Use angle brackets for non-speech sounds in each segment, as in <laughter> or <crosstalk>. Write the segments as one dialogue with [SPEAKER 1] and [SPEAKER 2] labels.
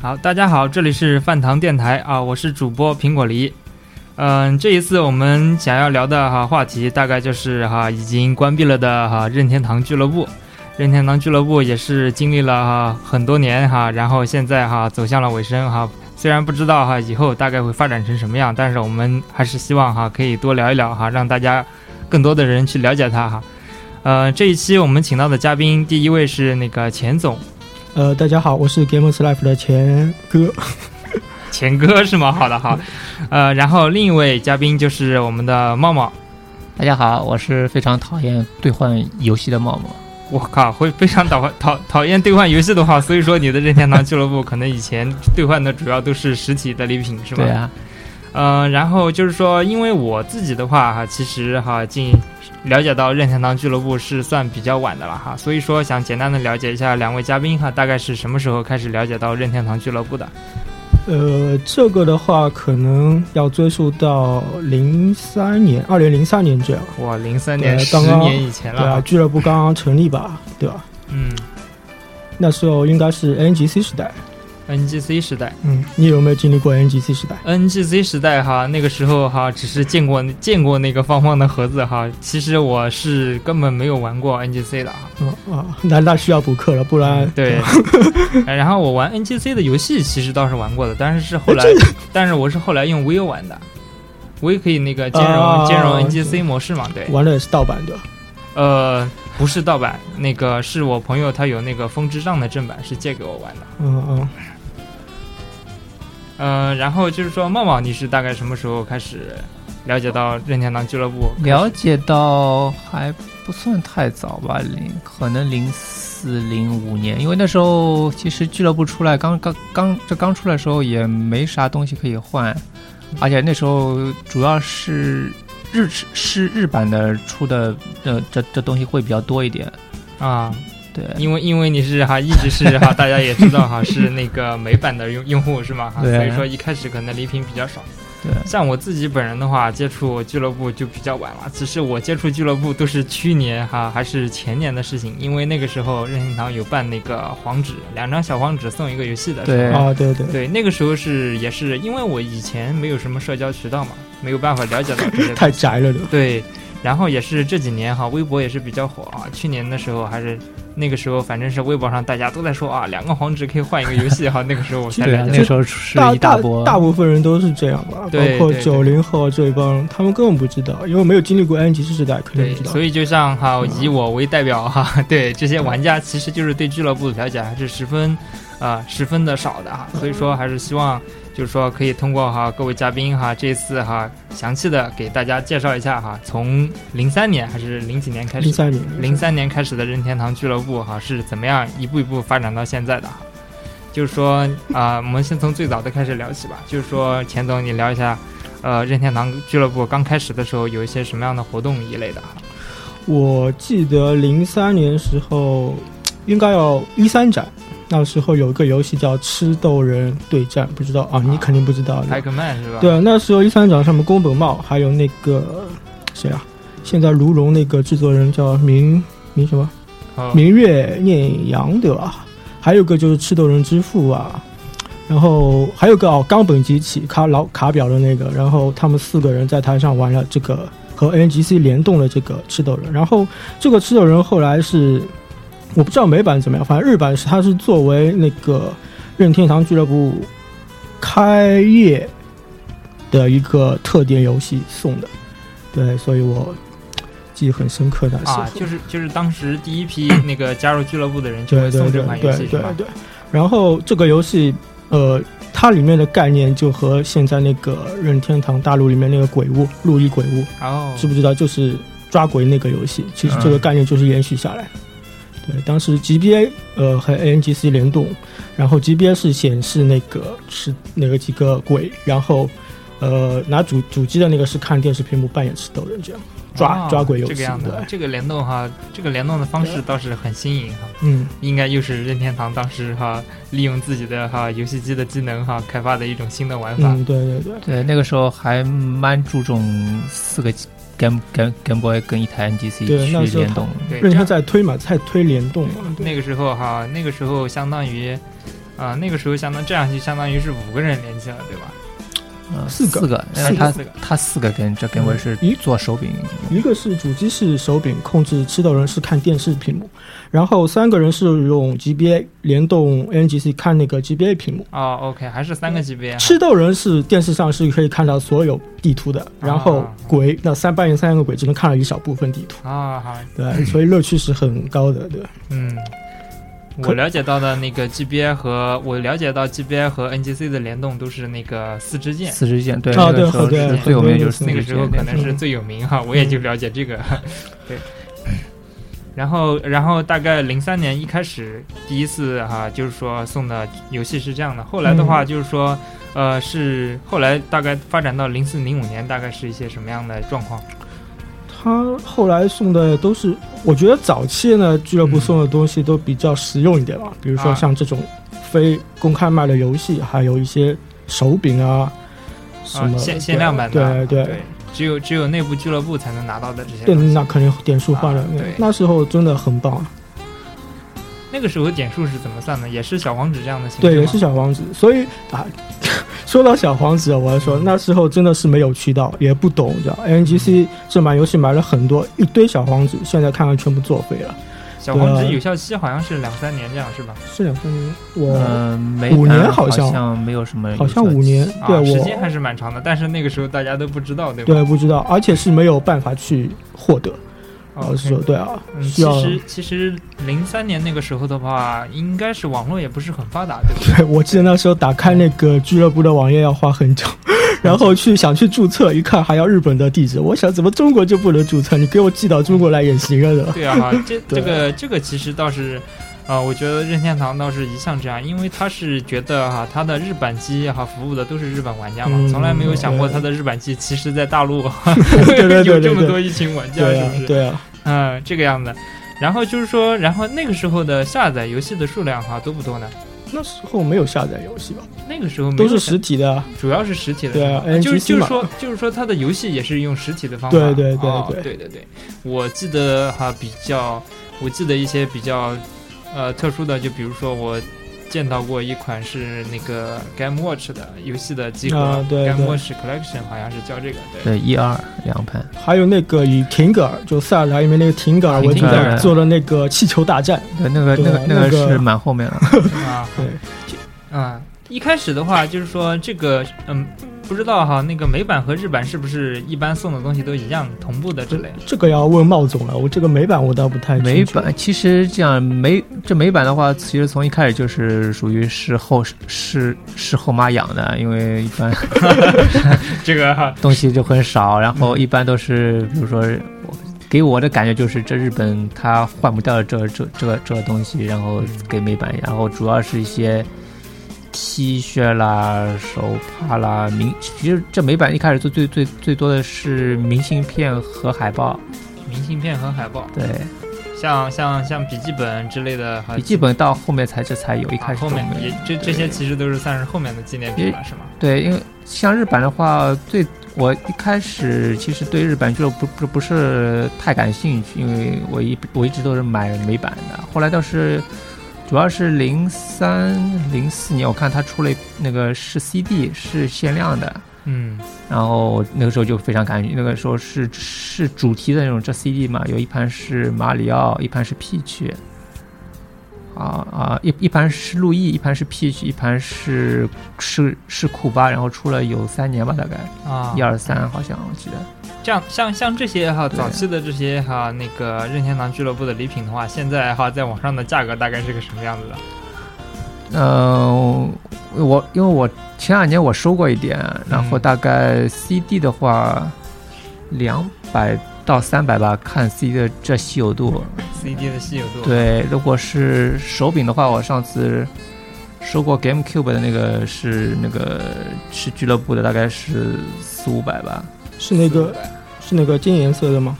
[SPEAKER 1] 好，大家好，这里是饭堂电台啊，我是主播苹果梨。嗯、这一次我们想要聊的哈、话题，大概就是哈、已经关闭了的哈、任天堂俱乐部。任天堂俱乐部也是经历了哈、很多年哈、然后现在哈、走向了尾声哈、虽然不知道哈、以后大概会发展成什么样，但是我们还是希望哈、可以多聊一聊哈、让大家更多的人去了解它哈、呃，这一期我们请到的嘉宾，第一位是那个钱总，
[SPEAKER 2] 呃，大家好，我是 Gamers Life 的钱哥。
[SPEAKER 1] 钱哥是吗？好的好，呃，然后另一位嘉宾就是我们的茂茂，
[SPEAKER 3] 大家好，我是非常讨厌兑换游戏的茂茂。
[SPEAKER 1] 我靠，会非常讨讨讨厌兑换游戏的话，所以说你的任天堂俱乐部可能以前兑换的主要都是实体的礼品是吧？
[SPEAKER 3] 对啊，
[SPEAKER 1] 嗯、然后就是说，因为我自己的话哈，其实哈进了解到任天堂俱乐部是算比较晚的了哈，所以说想简单的了解一下两位嘉宾哈，大概是什么时候开始了解到任天堂俱乐部的？
[SPEAKER 2] 呃，这个的话可能要追溯到零三年，二零零三年这样。
[SPEAKER 1] 哇，零三年
[SPEAKER 2] 对
[SPEAKER 1] 十
[SPEAKER 2] 刚刚
[SPEAKER 1] 年以前
[SPEAKER 2] 对
[SPEAKER 1] 了
[SPEAKER 2] 啊，
[SPEAKER 1] 哈，
[SPEAKER 2] 俱乐部刚刚成立吧，对吧？
[SPEAKER 1] 嗯
[SPEAKER 2] 那时候应该是 NGC 时代。
[SPEAKER 1] ，NGC 时代。
[SPEAKER 2] 嗯，你有没有经历过 NGC 时代？
[SPEAKER 1] NGC 时代哈，那个时候哈，只是见过见过那个方方的盒子哈。其实我是根本没有玩过 NGC 的 <laughs> 哈。
[SPEAKER 2] 嗯啊，那那需要补课了，不然
[SPEAKER 1] <laughs> 对，呃然后我玩 NGC 的游戏其实倒是玩过的，但是是后 <laughs> 来，但是我是后来用 V 玩的。V 可以那个兼容、
[SPEAKER 2] 啊
[SPEAKER 1] 兼容 NGC 模式嘛？对，
[SPEAKER 2] 玩的也是盗版的。
[SPEAKER 1] 呃，不是盗版，那个是我朋友他有那个风之杖的正版，是借给我玩的。
[SPEAKER 2] 嗯嗯，
[SPEAKER 1] 呃，然后就是说，茂茂，你是大概什么时候开始了解到任天堂俱乐部？
[SPEAKER 3] 了解到还不算太早吧，零可能零四零五年，因为那时候其实俱乐部出来刚刚刚这刚出来的时候也没啥东西可以换，而且那时候主要是日是日版的出的，呃，这这东西会比较多一点。
[SPEAKER 1] 啊，
[SPEAKER 3] 对，
[SPEAKER 1] 因为因为你是哈，一直是哈，大家也知道哈，是那个美版的用用户是吗？哈，
[SPEAKER 3] 对啊
[SPEAKER 1] 所以说一开始可能礼品比较少。
[SPEAKER 3] 对
[SPEAKER 1] 像我自己本人的话，接触俱乐部就比较晚了。只是我接触俱乐部都是去年哈，还是前年的事情，因为那个时候任天堂有办那个黄纸，两张小黄纸送一个游戏的。
[SPEAKER 3] 对
[SPEAKER 2] 啊对对，
[SPEAKER 1] 对，那个时候是也是因为我以前没有什么社交渠道嘛，没有办法了解到这些东西
[SPEAKER 2] 太宅了的。
[SPEAKER 1] 对，然后也是这几年哈，微博也是比较火啊。去年的时候还是那个时候，反正是微博上大家都在说啊，两个黄纸可以换一个游戏哈。那个时候我才
[SPEAKER 3] 对
[SPEAKER 1] 了
[SPEAKER 3] 啊，
[SPEAKER 1] 解
[SPEAKER 3] 那
[SPEAKER 1] 到，
[SPEAKER 3] 时候是
[SPEAKER 2] 大
[SPEAKER 3] 一
[SPEAKER 2] 大
[SPEAKER 3] 波，
[SPEAKER 2] 大部分人都是这样吧，包
[SPEAKER 1] 对
[SPEAKER 2] 括
[SPEAKER 1] 对对
[SPEAKER 2] 九零后这一帮，他们根本不知道，因为没有经历过 NGC 时代，肯定
[SPEAKER 1] 对
[SPEAKER 2] 不知，道。
[SPEAKER 1] 所以就像哈，以我为代表哈，对这些玩家其实就是对俱乐部的了解还是十分啊、十分的少的哈。所以说还是希望就是说可以通过哈各位嘉宾哈这一次哈详细的给大家介绍一下哈，从零三年还是零几年开始
[SPEAKER 2] 零三年，
[SPEAKER 1] 零三年开始的任天堂俱乐部哈、是怎么样一步一步发展到现在的哈？就是说啊、我们先从最早的开始聊起吧。就是说，钱总，你聊一下，呃，任天堂俱乐部刚开始的时候有一些什么样的活动一类的哈？
[SPEAKER 2] 我记得零三年时候，应该要一三展，那时候有一个游戏叫《吃豆人对战》，不知道啊，你肯定不知道。
[SPEAKER 1] 派克曼是吧？，
[SPEAKER 2] 对，那时候一三展上面宫本茂还有那个谁啊，现在如龙那个制作人叫明明什么
[SPEAKER 1] 哦、
[SPEAKER 2] 明月念阳对吧？还有个就是赤豆人之父啊，然后还有个哦冈本机器卡老卡表的那个，然后他们四个人在台上玩了这个和 NGC 联动的这个赤豆人，然后这个赤豆人后来是我不知道美版怎么样，反正日版是它是作为那个任天堂俱乐部开业的一个特点游戏送的，对，所以我记忆很深刻那时候。
[SPEAKER 1] 啊，就是就是当时第一批那个加入俱乐部的人就
[SPEAKER 2] 对
[SPEAKER 1] 会
[SPEAKER 2] 对
[SPEAKER 1] 送
[SPEAKER 2] 对
[SPEAKER 1] 这款游戏
[SPEAKER 2] 对
[SPEAKER 1] 是
[SPEAKER 2] 对
[SPEAKER 1] 吧？
[SPEAKER 2] 对。然后这个游戏，呃，它里面的概念就和现在那个任天堂大陆里面那个鬼屋《路易鬼屋》，
[SPEAKER 1] 哦，
[SPEAKER 2] 知不知道？就是抓鬼那个游戏，其实这个
[SPEAKER 3] 嗯
[SPEAKER 2] 概念就是延续下来。对，当时 GBA 呃和 ANGC 联动，然后 GBA 是显示那个是那个几个鬼，然后呃拿主主机的那个是看电视屏幕扮演吃豆人这样抓、
[SPEAKER 1] 哦
[SPEAKER 2] 抓鬼游
[SPEAKER 1] 这
[SPEAKER 2] 戏。
[SPEAKER 1] 个样子
[SPEAKER 2] 对，，
[SPEAKER 1] 这个联动哈，这个联动的方式倒是很新颖哈，
[SPEAKER 2] 嗯，
[SPEAKER 1] 应该又是任天堂当时哈利用自己的哈游戏机的技能哈开发的一种新的玩法。
[SPEAKER 2] 嗯，对对对，
[SPEAKER 3] 对，那个时候还蛮注重四个 Game Game Game Boy 跟一台 NGC
[SPEAKER 2] 对那
[SPEAKER 3] 去
[SPEAKER 2] 时候
[SPEAKER 3] 联动。
[SPEAKER 1] 对，
[SPEAKER 2] 任
[SPEAKER 1] 这
[SPEAKER 2] 天
[SPEAKER 1] 样
[SPEAKER 2] 在推嘛，在推联动嘛，对
[SPEAKER 1] 那个时候哈，那个时候相当于，啊、那个时候相当这样就相当于是五个人联机了，对吧？
[SPEAKER 3] 呃
[SPEAKER 2] 四个
[SPEAKER 3] 四个，
[SPEAKER 2] 四
[SPEAKER 3] 但是
[SPEAKER 2] 个嗯
[SPEAKER 3] 它
[SPEAKER 1] 四个
[SPEAKER 3] 它四个跟这 Game Boy 是
[SPEAKER 2] 一
[SPEAKER 3] 做手柄，
[SPEAKER 2] 一个是主机是手柄控制，吃豆人是看电视屏幕，然后三个人是用 GBA 联动 NGC 看那个 GBA 屏幕。
[SPEAKER 1] 哦，OK，还是三个级别啊。
[SPEAKER 2] 吃豆人是电视上是可以看到所有地图的，然后鬼那三扮演三个鬼只能看到一小部分地图，
[SPEAKER 1] 啊，好，
[SPEAKER 2] 对，所以乐趣是很高的，对。
[SPEAKER 1] 嗯，
[SPEAKER 2] 可
[SPEAKER 1] 我了解到的那个 GBA 和我了解到 GBA 和 NGC 的联动都是那个四支箭。
[SPEAKER 3] 四支箭，对，
[SPEAKER 2] 啊
[SPEAKER 3] 那个时候
[SPEAKER 2] 对
[SPEAKER 1] 对
[SPEAKER 3] 是
[SPEAKER 1] 对
[SPEAKER 3] 最有名的就是四
[SPEAKER 2] 对
[SPEAKER 1] 那
[SPEAKER 3] 支
[SPEAKER 1] 个时候
[SPEAKER 3] 箭。
[SPEAKER 1] 可能
[SPEAKER 2] 嗯
[SPEAKER 1] 是最有名哈，我也就了解这个， <laughs> 对。然后，然后大概零三年一开始第一次哈、就是说送的游戏是这样的。后来的话
[SPEAKER 2] 嗯
[SPEAKER 1] 就是说，呃，是后来大概发展到零四零五年，大概是一些什么样的状况？
[SPEAKER 2] 他后来送的都是，我觉得早期呢俱乐部送的东西都比较实用一点
[SPEAKER 1] 嗯
[SPEAKER 2] 吧，比如
[SPEAKER 1] 啊
[SPEAKER 2] 说像这种非公开卖的游戏，还有一些手柄啊，什
[SPEAKER 1] 啊
[SPEAKER 2] 么，
[SPEAKER 1] 限限量版
[SPEAKER 2] 对
[SPEAKER 1] 的，啊
[SPEAKER 2] 对
[SPEAKER 1] 对，只有只有内部俱乐部才能拿到的这些
[SPEAKER 2] 对
[SPEAKER 1] 东西。
[SPEAKER 2] 那肯定点数换了、
[SPEAKER 1] 啊对
[SPEAKER 2] 那时候真的很棒，
[SPEAKER 1] 那个时候点数是怎么算的？也是小黄纸这样的形式吗
[SPEAKER 2] 对，也是小皇子，所以啊。 <laughs> 说到小皇子，我要说那时候真的是没有渠道，也不懂，你知道？NGC
[SPEAKER 1] 嗯
[SPEAKER 2] 正版游戏买了很多一堆小皇子，现在看看全部作废了。
[SPEAKER 1] 小黄
[SPEAKER 2] 对
[SPEAKER 1] 纸
[SPEAKER 2] 啊
[SPEAKER 1] 有效期好像是两三年这样是吧？
[SPEAKER 2] 是两分钟，我、
[SPEAKER 3] 嗯，没
[SPEAKER 2] 呃五年
[SPEAKER 3] 嗯
[SPEAKER 2] 好
[SPEAKER 3] 好
[SPEAKER 2] 像
[SPEAKER 3] 没有什么，
[SPEAKER 2] 好像五年，
[SPEAKER 1] 啊
[SPEAKER 2] 对，
[SPEAKER 1] 时
[SPEAKER 2] 我
[SPEAKER 1] 间还是蛮长的，但是那个时候大家都不知道，对吧？
[SPEAKER 2] 对，不知道，而且是没有办法去获得。
[SPEAKER 1] 哦，
[SPEAKER 2] 老实说，对啊，
[SPEAKER 1] 嗯，
[SPEAKER 2] 需
[SPEAKER 1] 其
[SPEAKER 2] 要。
[SPEAKER 1] 实其实零三年那个时候的话，应该是网络也不是很发达，对不对？
[SPEAKER 2] <laughs> 对，我记得那时候打开那个俱乐部的网页要花很久，
[SPEAKER 1] 嗯
[SPEAKER 2] <laughs> 然后去想去注册，一看还要日本的地址，我想怎么中国就不能注册？你给我寄到中国来也行
[SPEAKER 1] <laughs>
[SPEAKER 2] 啊的。
[SPEAKER 1] 对啊，哈，这
[SPEAKER 2] <laughs>
[SPEAKER 1] 这
[SPEAKER 2] 对
[SPEAKER 1] 个这个其实倒是，啊，我觉得任天堂倒是一向这样，因为他是觉得哈、他的日版机哈、服务的都是日本玩家嘛，
[SPEAKER 2] 嗯
[SPEAKER 1] 从来没有想过
[SPEAKER 2] 对
[SPEAKER 1] 他的日版机其实在大陆
[SPEAKER 2] <laughs> 对对
[SPEAKER 1] <laughs> 有这
[SPEAKER 2] 对对
[SPEAKER 1] 么
[SPEAKER 2] 对，
[SPEAKER 1] 多一群玩家，
[SPEAKER 2] 对
[SPEAKER 1] 是
[SPEAKER 2] 啊
[SPEAKER 1] 不是？
[SPEAKER 2] 对啊，
[SPEAKER 1] 嗯，这个样子。然后就是说，然后那个时候的下载游戏的数量哈、多不多呢？
[SPEAKER 2] 那时候没有下载游戏吧？
[SPEAKER 1] 那个时候没
[SPEAKER 2] 都
[SPEAKER 1] 有
[SPEAKER 2] 是
[SPEAKER 1] 下
[SPEAKER 2] 实体的啊。
[SPEAKER 1] 主要是实体的，
[SPEAKER 2] 对啊
[SPEAKER 1] 是吧就是
[SPEAKER 2] NGC
[SPEAKER 1] 就是
[SPEAKER 2] 嘛
[SPEAKER 1] 说就是说它的游戏也是用实体的方法，
[SPEAKER 2] 对对对
[SPEAKER 1] 哦
[SPEAKER 2] 对
[SPEAKER 1] 对对对我记得哈、比较，我记得一些比较呃特殊的，就比如说我见到过一款是那个 Game Watch 的游戏的集合、
[SPEAKER 2] 啊对
[SPEAKER 1] g a m e
[SPEAKER 2] 对
[SPEAKER 1] Watch Collection 好像是叫这个，对
[SPEAKER 3] 对一二两盘，
[SPEAKER 2] 还有那个以廷格尔，就塞尔达里面那个廷
[SPEAKER 1] 啊
[SPEAKER 2] 格尔为主
[SPEAKER 3] 廷格
[SPEAKER 2] 角
[SPEAKER 3] 尔
[SPEAKER 2] 做的那个气球大战，
[SPEAKER 3] 对那个那个
[SPEAKER 2] 对
[SPEAKER 3] 那个
[SPEAKER 2] 那个
[SPEAKER 3] 是蛮后面了。
[SPEAKER 1] 啊，
[SPEAKER 2] 对
[SPEAKER 1] 就，嗯，一开始的话就是说这个，嗯，不知道哈，那个美版和日版是不是一般送的东西都一样，同步的之类的？
[SPEAKER 2] 这个要问茂总了。我这个美版我倒不太清楚
[SPEAKER 3] 美版其实这样美这美版的话，其实从一开始就是属于是后是是后妈养的，因为一般
[SPEAKER 1] 这个哈，
[SPEAKER 3] 东西就很少，然
[SPEAKER 1] 嗯
[SPEAKER 3] 后一般都是比如说我给我的感觉就是这日本它换不掉这这这个这个东西，然后给美版，然后主要是一些 T 恤啦、手帕啦、明，其实这美版一开始最最最最多的是明信片和海报，
[SPEAKER 1] 明信片和海报。
[SPEAKER 3] 对，
[SPEAKER 1] 像像像笔记本之类的，还
[SPEAKER 3] 笔记本到后面才这才有，一
[SPEAKER 1] 啊
[SPEAKER 3] 开始
[SPEAKER 1] 后
[SPEAKER 3] 都
[SPEAKER 1] 面
[SPEAKER 3] 没有
[SPEAKER 1] 也这这些其实都是算是后面的纪念品了，是吗？
[SPEAKER 3] 对，因为像日版的话，最我一开始其实对日版俱乐部不不不是太感兴趣，因为我一我一直都是买美版的。后来倒是主要是零三零四年，我看它出了那个是 CD 是限量的，
[SPEAKER 1] 嗯，
[SPEAKER 3] 然后那个时候就非常感兴趣。那个时候是是主题的那种这 CD 嘛，有一盘是马里奥，一盘是 Peach。啊啊，一一盘是路易，一盘是 Peach，一盘是是是库巴，然后出了有三年吧，大概
[SPEAKER 1] 啊
[SPEAKER 3] 一，二三好像我记得。
[SPEAKER 1] 这样像像这些哈
[SPEAKER 3] 对
[SPEAKER 1] 早期的这些哈那个任天堂俱乐部的礼品的话，现在哈在网上的价格大概是个什么样子的？
[SPEAKER 3] 嗯，我因为我前两年我收过一点，然后大概 CD 的话，两百到三百吧，看 CD 的这稀有度。
[SPEAKER 1] CD 的稀有度。，
[SPEAKER 3] 对，如果是手柄的话，我上次收过 GameCube 的那个是那个是俱乐部的，大概是四五百吧，
[SPEAKER 2] 是那个是那个金颜色的吗？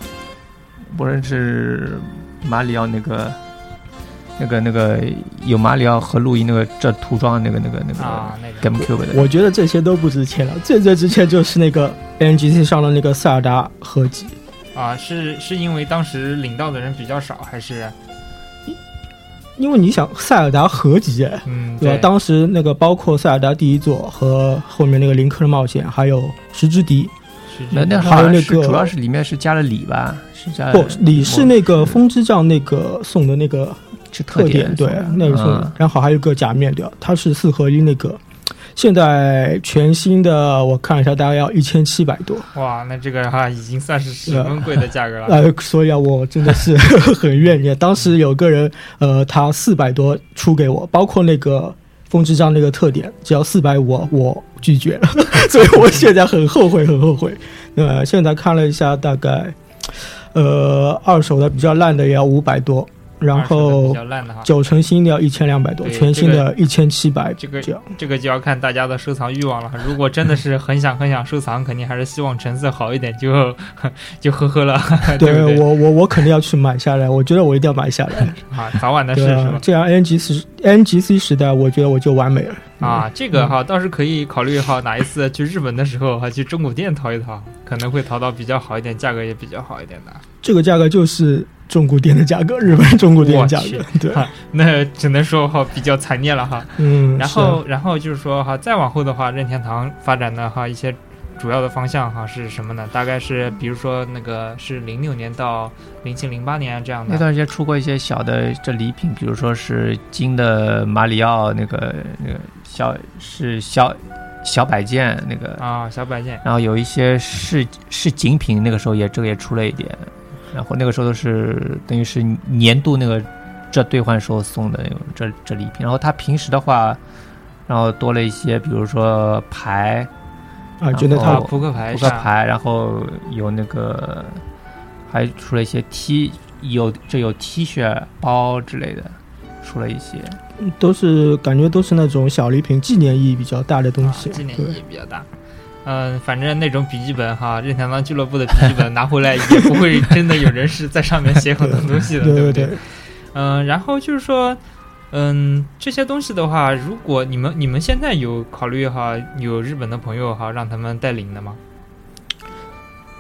[SPEAKER 3] 不认识马里奥那个。那个那个有马里奥和路易那个这涂装的那个那个那个、
[SPEAKER 1] 啊，那个
[SPEAKER 3] GameCube 的，
[SPEAKER 2] 我觉得这些都不值钱了，最最值钱就是那个 NGC 上的那个塞尔达合集，
[SPEAKER 1] 啊，是是因为当时领到的人比较少，还是
[SPEAKER 2] 因为你想塞尔达合集，哎
[SPEAKER 1] 嗯，
[SPEAKER 2] 对吧？当时那个包括塞尔达第一座和后面那个林克的冒险，还有石之笛，
[SPEAKER 1] 是
[SPEAKER 3] 那那
[SPEAKER 2] 还
[SPEAKER 3] 好
[SPEAKER 2] 有
[SPEAKER 3] 像
[SPEAKER 2] 那
[SPEAKER 3] 是
[SPEAKER 2] 个
[SPEAKER 3] 主要是里面是加了礼吧，是加了
[SPEAKER 2] 不，你
[SPEAKER 3] 礼
[SPEAKER 2] 是那个风之杖那个送的那个
[SPEAKER 3] 是特
[SPEAKER 2] 特点，
[SPEAKER 3] 点
[SPEAKER 2] 对，那个送的
[SPEAKER 3] 嗯。
[SPEAKER 2] 然后还有一个假面的，它是四合一那个。现在全新的，我看了一下，大概要一千七百多。
[SPEAKER 1] 哇，那这个哈已经算是十分
[SPEAKER 3] 啊
[SPEAKER 1] 贵的价格
[SPEAKER 3] <laughs>
[SPEAKER 1] 了。
[SPEAKER 2] 呃，所以啊，我真的
[SPEAKER 1] <laughs>
[SPEAKER 2] 是很怨念。当时有个人，呃，他四百多出给我，包括那个风之杖那个特点，只要四百五，我拒绝了。 <laughs> 所以我现在很后悔，很后悔。呃，现在看了一下，大概，呃，二手的比较烂的也要五百多，然
[SPEAKER 1] 二手的比
[SPEAKER 2] 后
[SPEAKER 1] 较烂的哈，
[SPEAKER 2] 九成新的要一千两百多，
[SPEAKER 1] 对
[SPEAKER 2] 全新
[SPEAKER 1] 这个
[SPEAKER 2] 的一千七百
[SPEAKER 1] 这个
[SPEAKER 2] 这样。
[SPEAKER 1] 这个就要看大家的收藏欲望了。如果真的是很想很想收藏，肯定还是希望成色好一点就 <laughs> 就呵呵了，对不对？
[SPEAKER 2] 我我我肯定要去买下来，我觉得我一定要买下来。
[SPEAKER 1] <laughs> 啊，早晚的事
[SPEAKER 2] 对
[SPEAKER 1] 是吧
[SPEAKER 2] 啊，？这样 NGC 时 NGC 时代，我觉得我就完美了。
[SPEAKER 1] 啊，这个哈倒是可以考虑哈，哪一次去日本的时候哈，去中古店淘一淘，可能会淘到比较好一点，价格也比较好一点的。
[SPEAKER 2] 这个价格就是中古店的价格，日本中古店的价格
[SPEAKER 1] 我。
[SPEAKER 2] 对，
[SPEAKER 1] 哈那只能说哈比较惨烈了哈。
[SPEAKER 2] 嗯，
[SPEAKER 1] 然
[SPEAKER 2] 是
[SPEAKER 1] 后，然后就是说哈，再往后的话，任天堂发展的哈一些主要的方向哈是什么呢？大概是比如说那个是零六年到零七零八年这样
[SPEAKER 3] 那
[SPEAKER 1] 的。
[SPEAKER 3] 段时间出过一些小的这礼品，比如说是金的马里奥那个那个小是小小摆件那个，
[SPEAKER 1] 啊，小摆件
[SPEAKER 3] 然后有一些是是精品，那个时候也这个也出了一点，然后那个时候都是等于是年度那个这兑换时候送的那种这这礼品，然后他平时的话，然后多了一些，比如说牌。
[SPEAKER 2] 啊，觉得
[SPEAKER 1] 啊，
[SPEAKER 2] 它
[SPEAKER 3] 哦
[SPEAKER 1] 扑克牌
[SPEAKER 3] 扑克
[SPEAKER 1] 是吧
[SPEAKER 3] 牌，然后有那个还出了一些 T，有这有 T 恤包之类的，出了一些。
[SPEAKER 2] 都是感觉都是那种小礼品，纪念意义比较大的东
[SPEAKER 1] 啊
[SPEAKER 2] 西。
[SPEAKER 1] 纪念
[SPEAKER 2] 对
[SPEAKER 1] 意，义比较大。嗯，反正那种笔记本哈，任天堂俱乐部的笔记本拿回来也不
[SPEAKER 2] <laughs>
[SPEAKER 1] 会真的有人是在上面写很多东西的，
[SPEAKER 2] 对
[SPEAKER 1] 不
[SPEAKER 2] 对，
[SPEAKER 1] 嗯，然后就是说，嗯，这些东西的话，如果你们你们现在有考虑哈，有日本的朋友哈，让他们带领的吗？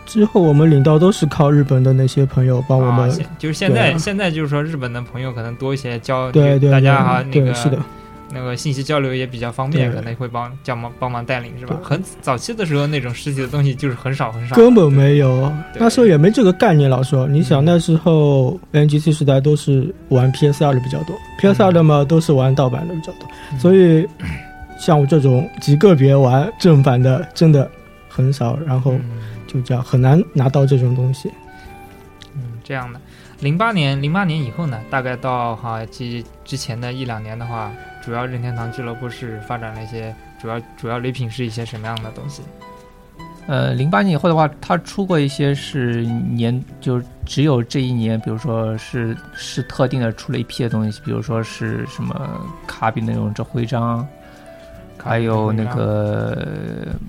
[SPEAKER 2] 之后我们领到都是靠日本的那些朋友哦帮我
[SPEAKER 1] 啊，
[SPEAKER 2] 们。
[SPEAKER 1] 现就是现在
[SPEAKER 2] 对
[SPEAKER 1] 现在就是说日本的朋友可能多一些交，
[SPEAKER 2] 对对，
[SPEAKER 1] 大家
[SPEAKER 2] 对
[SPEAKER 1] 哈那
[SPEAKER 2] 对
[SPEAKER 1] 个
[SPEAKER 2] 是的，
[SPEAKER 1] 那个信息交流也比较方便，
[SPEAKER 2] 对
[SPEAKER 1] 可能会帮叫忙帮忙带领是吧？
[SPEAKER 2] 对
[SPEAKER 1] 很早期的时候那种实体的东西就是很少很少的，
[SPEAKER 2] 根本
[SPEAKER 1] 对
[SPEAKER 2] 没有，
[SPEAKER 1] 对嗯
[SPEAKER 2] 那时候也没这个概念。老实说，你想那时候 NGC 时代都是玩 PS 2的比较多，PS 2的嘛都是玩盗版的比较多，
[SPEAKER 1] 嗯
[SPEAKER 2] 所以像我这种极个别玩正版的真的很少，然后
[SPEAKER 1] 嗯
[SPEAKER 2] 就这样很难拿到这种东西。
[SPEAKER 1] 嗯，这样的。零八年，零八年以后呢，大概到哈之之前的一两年的话，主要任天堂俱乐部是发展了一些主要主要礼品是一些什么样的东西？
[SPEAKER 3] 呃，零八年以后的话，他出过一些是年，就只有这一年，比如说是是特定的出了一批的东西，比如说是什么卡比那种这徽章，还有那个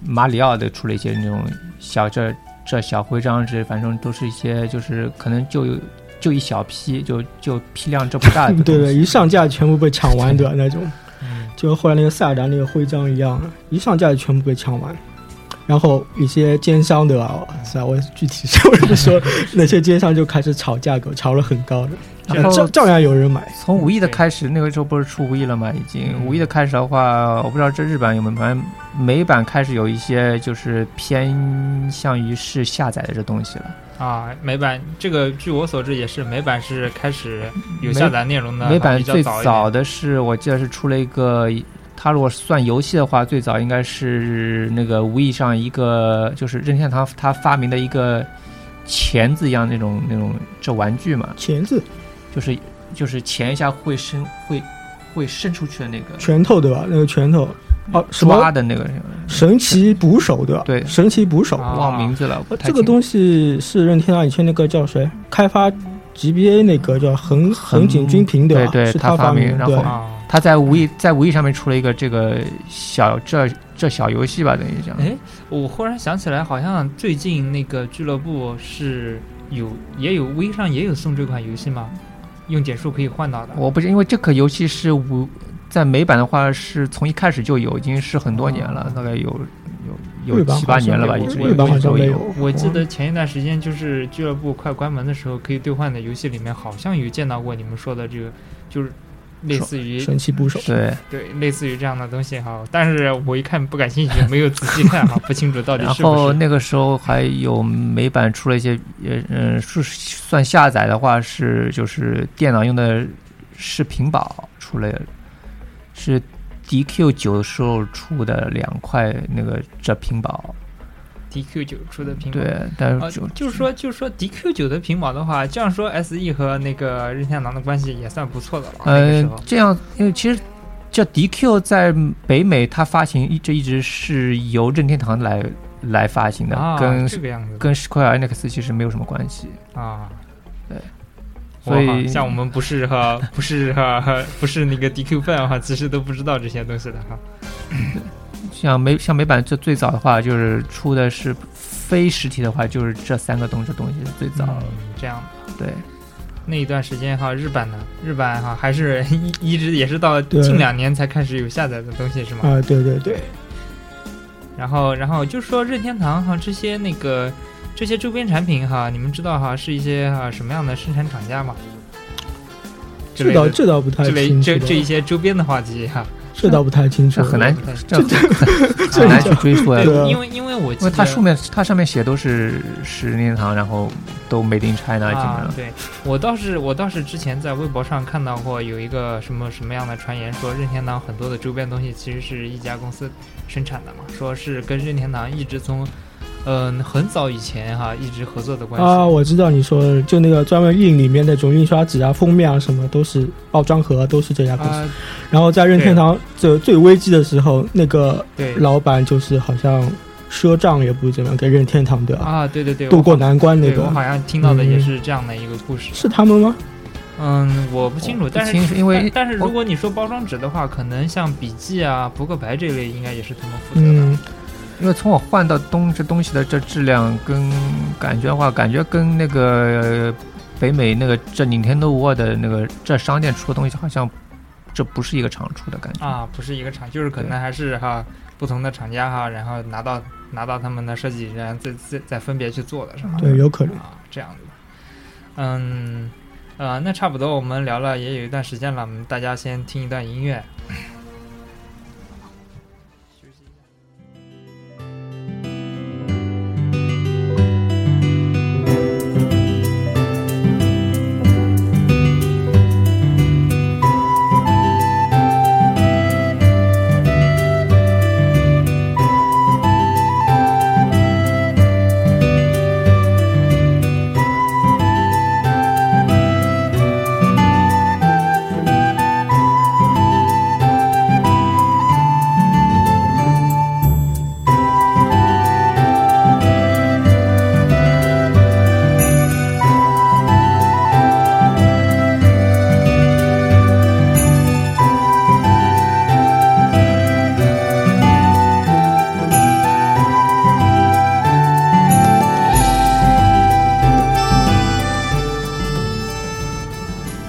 [SPEAKER 3] 马里奥的出了一些那种小这这小徽章之类，反正都是一些就是可能就有就一小批，就就批量这么大的
[SPEAKER 2] <laughs>
[SPEAKER 3] 东西。
[SPEAKER 2] 对对，一上架全部被抢完的那种，
[SPEAKER 1] 嗯，
[SPEAKER 2] 就跟后来那个塞尔达那个徽章一样，一上架就全部被抢完。然后一些奸商 <laughs> 对吧？是啊，我具体是不是说那些奸商就开始炒价格，炒了很高的。
[SPEAKER 3] 然后
[SPEAKER 2] 照照样有人买。
[SPEAKER 3] 从五亿的开始，那个时候不是出五亿了吗？已经
[SPEAKER 1] 嗯
[SPEAKER 3] 五亿的开始的话，我不知道这日版有没有，反正美版开始有一些就是偏向于是下载的这东西了。
[SPEAKER 1] 啊，美版这个据我所知也是美版是开始有
[SPEAKER 3] 美
[SPEAKER 1] 下载内容的，
[SPEAKER 3] 美
[SPEAKER 1] 啊
[SPEAKER 3] 版
[SPEAKER 1] 比较
[SPEAKER 3] 最
[SPEAKER 1] 早一点
[SPEAKER 3] 早的是我记得是出了一个，它如果算游戏的话，最早应该是那个无意上一个就是任天堂它发明的一个钳子一样那种那种这玩具嘛，
[SPEAKER 2] 钳子、
[SPEAKER 3] 就是就是钳一下会伸会会伸出去的那个
[SPEAKER 2] 拳头对吧？那个拳头，哦，什
[SPEAKER 3] 抓
[SPEAKER 2] 么
[SPEAKER 3] 的那个什么。
[SPEAKER 2] 神奇捕手对吧？
[SPEAKER 3] 对
[SPEAKER 2] 神奇捕手。
[SPEAKER 1] 啊
[SPEAKER 3] 忘名字了，
[SPEAKER 2] 呃这个
[SPEAKER 3] 西
[SPEAKER 2] 东西是任天堂以前那个叫谁开发 GBA 那个叫横横井军平
[SPEAKER 3] 对
[SPEAKER 2] 吧？
[SPEAKER 3] 对
[SPEAKER 2] 是
[SPEAKER 3] 他发
[SPEAKER 2] 发
[SPEAKER 3] 明
[SPEAKER 2] 的
[SPEAKER 3] 然
[SPEAKER 2] 对
[SPEAKER 3] 后
[SPEAKER 1] 啊。
[SPEAKER 3] 他在无意在无意上面出了一个这个小这这小游戏吧，等于讲，
[SPEAKER 1] 哎我忽然想起来，好像最近那个俱乐部是有也有微上也有送这款游戏吗？用点数可以换到的。
[SPEAKER 3] 我不是因为这个游戏是无在美版的话是从一开始就有，已经是很多年了
[SPEAKER 1] 哦，
[SPEAKER 3] 大概有有
[SPEAKER 2] 日
[SPEAKER 3] 有
[SPEAKER 2] 版
[SPEAKER 3] 七八
[SPEAKER 2] 好像
[SPEAKER 3] 年了吧，
[SPEAKER 1] 没
[SPEAKER 3] 一
[SPEAKER 1] 有
[SPEAKER 3] 直
[SPEAKER 1] 日版
[SPEAKER 2] 好像
[SPEAKER 3] 都
[SPEAKER 2] 没
[SPEAKER 3] 有
[SPEAKER 2] 有。
[SPEAKER 1] 我记得前一段时间就是俱乐部快关门的时候可以兑换的游戏里面，好像有见到过你们说的这个，就是类似于
[SPEAKER 2] 神奇捕手。
[SPEAKER 3] 对，
[SPEAKER 1] 对类似于这样的东西哈。但是我一看不感兴趣，没有仔细看哈，不清楚到底
[SPEAKER 3] 然
[SPEAKER 1] 是不
[SPEAKER 3] 后
[SPEAKER 1] 是。
[SPEAKER 3] 那个时候还有美版出了一些，呃嗯，是算下载的话是就是电脑用的视频宝出了，是 DQ 九时候出的两块那个折屏宝，
[SPEAKER 1] DQ 九出的屏幕。
[SPEAKER 3] 对，但
[SPEAKER 1] 啊
[SPEAKER 3] 是就、
[SPEAKER 1] 就是说，就是说，DQ 九的屏保的话，这样说，SE 和那个任天堂的关系也算不错的了。那个
[SPEAKER 3] 呃
[SPEAKER 1] 时候，
[SPEAKER 3] 这样，因为其实这 DQ 在北美它发行一这一直是由任天堂来来发行的，
[SPEAKER 1] 啊，
[SPEAKER 3] 呃跟
[SPEAKER 1] 这个样子的
[SPEAKER 3] 跟 Square Enix 其实没有什么关系，
[SPEAKER 1] 啊，
[SPEAKER 3] 对，
[SPEAKER 1] 所
[SPEAKER 3] 所
[SPEAKER 1] 以
[SPEAKER 3] 以
[SPEAKER 1] 像我们不是哈，不是哈，不是那个 DQ 范哈，其实都不知道这些东西的哈。
[SPEAKER 3] 像美像美版最最早的话，就是出的是非实体的话，就是这三个东这东西是最早。
[SPEAKER 1] 嗯这样
[SPEAKER 3] 对，
[SPEAKER 1] 那一段时间哈，日版呢，日版哈还是 <laughs> 一一直也是到
[SPEAKER 2] 对
[SPEAKER 1] 近两年才开始有下载的东西是吗？
[SPEAKER 2] 啊，对对对，
[SPEAKER 1] 然后，然后就说任天堂哈这些那个这些周边产品哈，你们知道哈是一些哈什么样的生产厂家吗？之
[SPEAKER 2] 这
[SPEAKER 1] 类
[SPEAKER 2] 倒
[SPEAKER 1] 的
[SPEAKER 2] 这倒不太
[SPEAKER 1] 这类
[SPEAKER 2] 清楚
[SPEAKER 1] 这
[SPEAKER 2] 了，
[SPEAKER 1] 这一些周边的话题哈，
[SPEAKER 2] 这倒不太清楚
[SPEAKER 3] 这
[SPEAKER 2] 了，
[SPEAKER 3] 很难
[SPEAKER 1] 不太清，
[SPEAKER 3] 这很难去追溯呀。
[SPEAKER 2] <laughs> 这个
[SPEAKER 3] 因
[SPEAKER 1] 啊对，因为因为我记
[SPEAKER 3] 为
[SPEAKER 1] 得
[SPEAKER 3] 它书面它上面写都是是任天堂，然后都 Made in China 基本
[SPEAKER 1] 啊
[SPEAKER 3] 上，。
[SPEAKER 1] 对我倒是我倒是之前在微博上看到过有一个什么什么样的传言，说任天堂很多的周边东西其实是一家公司生产的嘛，说是跟任天堂一直从嗯、很早以前哈一直合作的关系
[SPEAKER 2] 啊，我知道你说的，就那个专门印里面那种印刷纸啊、封面啊什么，都是包装盒啊都是这家公司。
[SPEAKER 1] 啊
[SPEAKER 2] 然后在任天堂这最危机的时候，那个
[SPEAKER 1] 对
[SPEAKER 2] 老板就是好像赊账也不是怎么样给任天堂的，
[SPEAKER 1] 啊对对对
[SPEAKER 2] 渡
[SPEAKER 1] 我
[SPEAKER 2] 过
[SPEAKER 1] 好
[SPEAKER 2] 难关那
[SPEAKER 1] 对
[SPEAKER 2] 个
[SPEAKER 1] 我，好像听到的也
[SPEAKER 2] 嗯
[SPEAKER 1] 是这样的一个故事。
[SPEAKER 2] 是他们吗？
[SPEAKER 1] 嗯，我不清楚，
[SPEAKER 3] 我
[SPEAKER 1] 但是
[SPEAKER 3] 不清楚因为
[SPEAKER 1] 但但是
[SPEAKER 3] 我
[SPEAKER 1] 如果你说包装纸的话，可能像笔记啊、扑克牌这类，应该也是他们负责的。
[SPEAKER 2] 嗯，
[SPEAKER 3] 因为从我换到东这东西的这质量跟感觉的话，感觉跟那个呃北美那个这 Nintendo World 的那个这商店出的东西好像。这不是一个常出的感觉，
[SPEAKER 1] 啊，不是一个厂，就是可能
[SPEAKER 3] 对
[SPEAKER 1] 还是哈不同的厂家哈，然后拿到拿到他们的设计，然后再再再分别去做的是吧？
[SPEAKER 2] 对，有可能。
[SPEAKER 1] <laughs> 啊，这样子。嗯，呃，那差不多我们聊了也有一段时间了，我们大家先听一段音乐。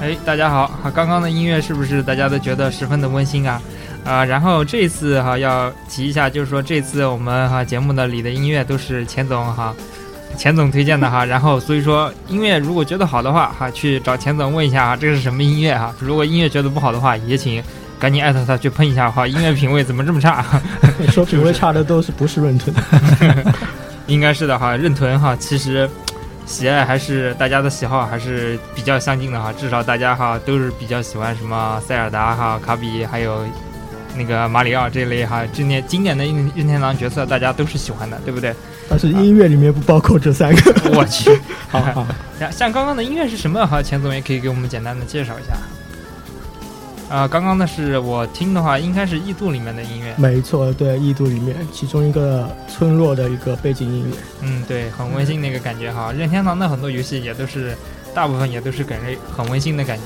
[SPEAKER 1] 哎，大家好，哈，刚刚的音乐是不是大家都觉得十分的温馨啊？啊、然后这一次哈、要提一下，就是说这次我们哈、节目的里的音乐都是钱总哈、钱总推荐的哈， <laughs> 然后所以说音乐如果觉得好的话哈，去找钱总问一下哈，这是什么音乐哈？如果音乐觉得不好的话，也请赶紧艾特他去喷一下哈，音乐品味怎么这么差？
[SPEAKER 2] 说品味差的都是不是润豚，
[SPEAKER 1] 应该是的哈，任屯哈，其实喜爱还是大家的喜好还是比较相近的哈，至少大家哈都是比较喜欢什么塞尔达哈、卡比还有那个马里奥这类哈经典经典的任任天堂角色，大家都是喜欢的，对不对？
[SPEAKER 2] 但是音乐里面不包括这三
[SPEAKER 1] <laughs>
[SPEAKER 2] 个。
[SPEAKER 1] 我去，
[SPEAKER 2] 好 <laughs> 好，
[SPEAKER 1] 像像刚刚的音乐是什么哈？钱总也可以给我们简单的介绍一下。啊、刚刚的是我听的话，应该是《异度》里面的音乐，
[SPEAKER 2] 没错，对，异度里面其中一个村落的一个背景音乐。
[SPEAKER 1] 嗯，对，很温馨的一个感觉哈。任天堂的很多游戏也都是，大部分也都是给人很温馨的感觉，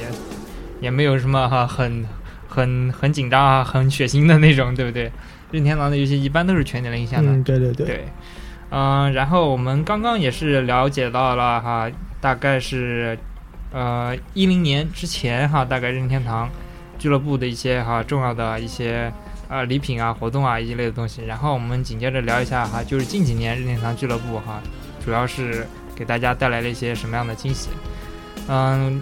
[SPEAKER 1] 也没有什么哈很很很紧张啊、很血腥的那种，对不对？任天堂的游戏一般都是全年龄向的，
[SPEAKER 2] 嗯，对对对，
[SPEAKER 1] 对，嗯、然后我们刚刚也是了解到了哈，大概是呃一零年之前哈，大概任天堂俱乐部的一些哈重要的一些呃礼品啊、活动啊一类的东西。然后我们紧接着聊一下哈，就是近几年任天堂俱乐部哈，主要是给大家带来了一些什么样的惊喜？嗯。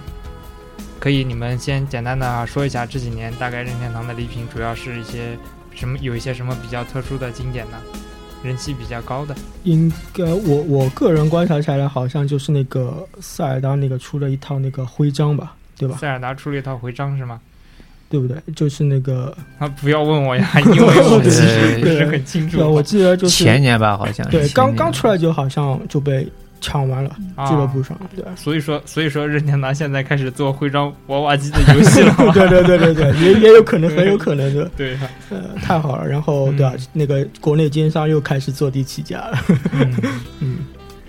[SPEAKER 1] 可以，你们先简单的说一下这几年大概任天堂的礼品主要是一些什么，有一些什么比较特殊的经典呢？人气比较高的。
[SPEAKER 2] 应该我我个人观察下来，好像就是那个塞尔达那个出了一套那个徽章吧，对吧？
[SPEAKER 1] 塞尔达出了一套徽章是吗？
[SPEAKER 2] 对不对？就是那个，
[SPEAKER 1] 啊，不要问我 <laughs> 呀，因为我其实不是很清
[SPEAKER 2] 对，我
[SPEAKER 1] 楚。
[SPEAKER 2] 记得就是
[SPEAKER 3] 前年吧，好像是
[SPEAKER 2] 对，
[SPEAKER 3] 前
[SPEAKER 2] 刚
[SPEAKER 3] 年
[SPEAKER 2] 刚出来就好像就被抢完了，
[SPEAKER 1] 啊
[SPEAKER 2] 俱乐部上，对。
[SPEAKER 1] 所以说，所以说，任天堂现在开始做徽章娃娃机的游戏了 <laughs> 嘛？
[SPEAKER 2] <laughs> 对对对对对，也也有可能，很有可能的，
[SPEAKER 1] 对啊呀，
[SPEAKER 2] 呃，太好了。然后对啊
[SPEAKER 1] 嗯，
[SPEAKER 2] 那个国内奸商又开始坐地起价了。
[SPEAKER 1] 嗯
[SPEAKER 2] 嗯，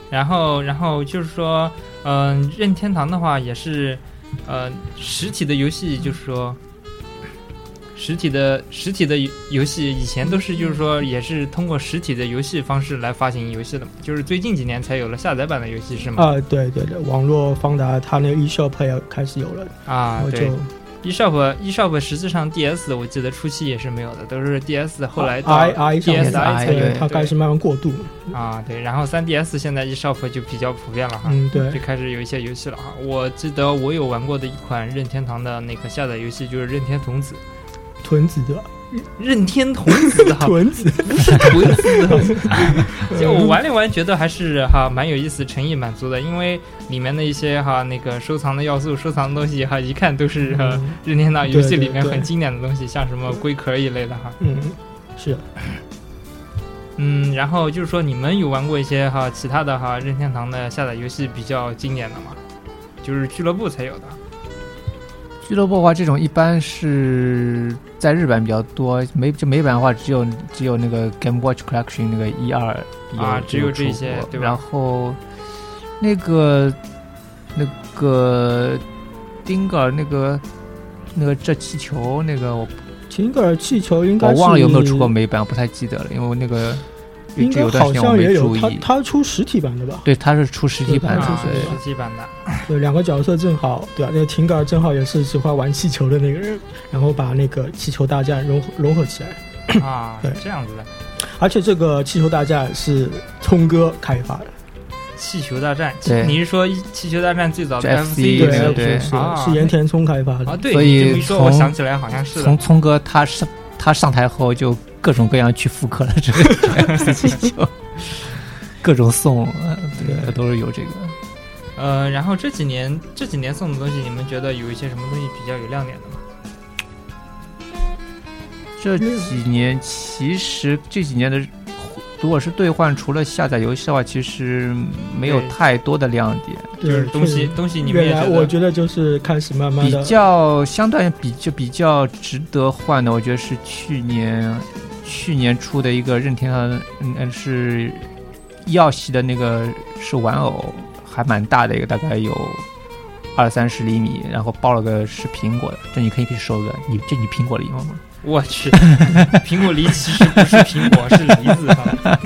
[SPEAKER 1] 然后，然后就是说，嗯、任天堂的话也是，呃，实体的游戏就是说，实体的实体的游游戏以前都是就是说也是通过实体的游戏方式来发行游戏的嘛，就是最近几年才有了下载版的游戏是吗？
[SPEAKER 2] 啊，对对对，网络方达它那个 eShop 也开始有了，
[SPEAKER 1] 啊
[SPEAKER 2] 然后，
[SPEAKER 1] 对
[SPEAKER 2] 就，
[SPEAKER 1] eShop eShop ，E 实际上 DS 我记得初期也是没有的，都是 DS 后来到啊
[SPEAKER 2] i i 啊上面
[SPEAKER 1] DS
[SPEAKER 3] 的
[SPEAKER 1] i
[SPEAKER 3] 对
[SPEAKER 2] 对，它
[SPEAKER 1] 对
[SPEAKER 2] 开始慢慢过渡。
[SPEAKER 1] 啊对，然后 3DS 现在 eShop 就比较普遍了哈，
[SPEAKER 2] 嗯，对
[SPEAKER 1] 就，开始有一些游戏了哈。我记得我有玩过的一款任天堂的那个下载游戏就是任天童子，
[SPEAKER 2] 屯子的
[SPEAKER 1] 任天童子哈，
[SPEAKER 2] 屯子，
[SPEAKER 1] 不是童子哈。
[SPEAKER 2] <laughs>
[SPEAKER 1] 就我玩了玩，觉得还是哈蛮有意思，诚意满足的，因为里面的一些哈那个收藏的要素、收藏的东西哈，一看都 <laughs> 是啊哈
[SPEAKER 2] 嗯
[SPEAKER 1] 任天堂游戏里面
[SPEAKER 2] 对对对
[SPEAKER 1] 很经典的东西，像什么龟壳一类的哈。
[SPEAKER 2] 嗯，是
[SPEAKER 1] 嗯，然后就是说，你们有玩过一些哈其他的哈任天堂的下载游戏比较经典的吗？就是俱乐部才有的。
[SPEAKER 3] 俱乐部的话，这种一般是在日本比较多，美就美版的话，只有只有那个 Game Watch Collection 那个一二
[SPEAKER 1] 啊只有这
[SPEAKER 3] 出
[SPEAKER 1] 些
[SPEAKER 3] 过
[SPEAKER 1] 对吧
[SPEAKER 3] 然后那个那个丁格尔那个那个这气球那个我
[SPEAKER 2] 秦格尔气球应该
[SPEAKER 3] 我
[SPEAKER 2] 是
[SPEAKER 3] 忘了有没有出过美版，我不太记得了，因为我那个有
[SPEAKER 2] 应
[SPEAKER 3] 有
[SPEAKER 2] 该
[SPEAKER 3] 段
[SPEAKER 2] 好
[SPEAKER 3] 时间我
[SPEAKER 2] 像也
[SPEAKER 3] 没
[SPEAKER 2] 有
[SPEAKER 3] 注，
[SPEAKER 2] 它
[SPEAKER 3] 意。
[SPEAKER 2] 它出实体版的吧？
[SPEAKER 3] 对，它是出实体
[SPEAKER 2] 对
[SPEAKER 3] 版的
[SPEAKER 2] 它
[SPEAKER 1] 啊
[SPEAKER 2] 出，
[SPEAKER 3] 对
[SPEAKER 2] 实体
[SPEAKER 1] 实体版的。
[SPEAKER 3] <laughs>
[SPEAKER 2] 对，两个角色正好，对吧、那个秦格尔正好也是喜欢玩气球的那个人，然后把那个气球大战融合融合起来。
[SPEAKER 1] 啊
[SPEAKER 2] 对，
[SPEAKER 1] 这样子的。
[SPEAKER 2] 而且这个气球大战是聪哥开发的，
[SPEAKER 1] 气球大战，
[SPEAKER 3] 对
[SPEAKER 1] 你是说一气球大战最早的
[SPEAKER 3] 就
[SPEAKER 1] FC
[SPEAKER 3] FC
[SPEAKER 1] 那
[SPEAKER 3] 对那
[SPEAKER 1] 个
[SPEAKER 3] 个
[SPEAKER 2] 对，
[SPEAKER 3] 对
[SPEAKER 2] 是
[SPEAKER 1] 啊
[SPEAKER 2] 是盐田聪开发
[SPEAKER 1] 啊？
[SPEAKER 2] 的，
[SPEAKER 1] 对，
[SPEAKER 3] 所
[SPEAKER 1] 你
[SPEAKER 3] 以
[SPEAKER 1] 这么一说，
[SPEAKER 3] 从
[SPEAKER 1] 我想起来好像是的
[SPEAKER 3] 从。聪哥他上他上台后就各种各样去复刻了这个 FC 气
[SPEAKER 1] <laughs>
[SPEAKER 3] 球，各种送，呃
[SPEAKER 2] 对
[SPEAKER 3] 都是有这个。
[SPEAKER 1] 呃，然后这几年这几年送的东西，你们觉得有一些什么东西比较有亮点的吗？
[SPEAKER 3] 这几年其实这几年的，如果是兑换，除了下载游戏的话，其实没有
[SPEAKER 1] 对
[SPEAKER 3] 太多的亮点。
[SPEAKER 1] 就
[SPEAKER 2] 对
[SPEAKER 1] 是东西
[SPEAKER 2] 确实
[SPEAKER 1] 东西，你们
[SPEAKER 2] 原
[SPEAKER 1] 也
[SPEAKER 2] 来
[SPEAKER 1] 觉
[SPEAKER 2] 我
[SPEAKER 1] 得
[SPEAKER 2] 觉得就是开始慢慢
[SPEAKER 3] 比
[SPEAKER 2] 的，
[SPEAKER 3] 较相对比就比较值得换的，我觉得是去年去年出的一个任天堂，嗯嗯是药系的那个是玩偶，还蛮大的一个，大概有二三十厘米，然后包了个是苹果的，这你可以去收个，你这你苹果梨吗？
[SPEAKER 1] 我
[SPEAKER 3] <laughs>
[SPEAKER 1] 去，苹果梨其实不是苹果，是梨子哈。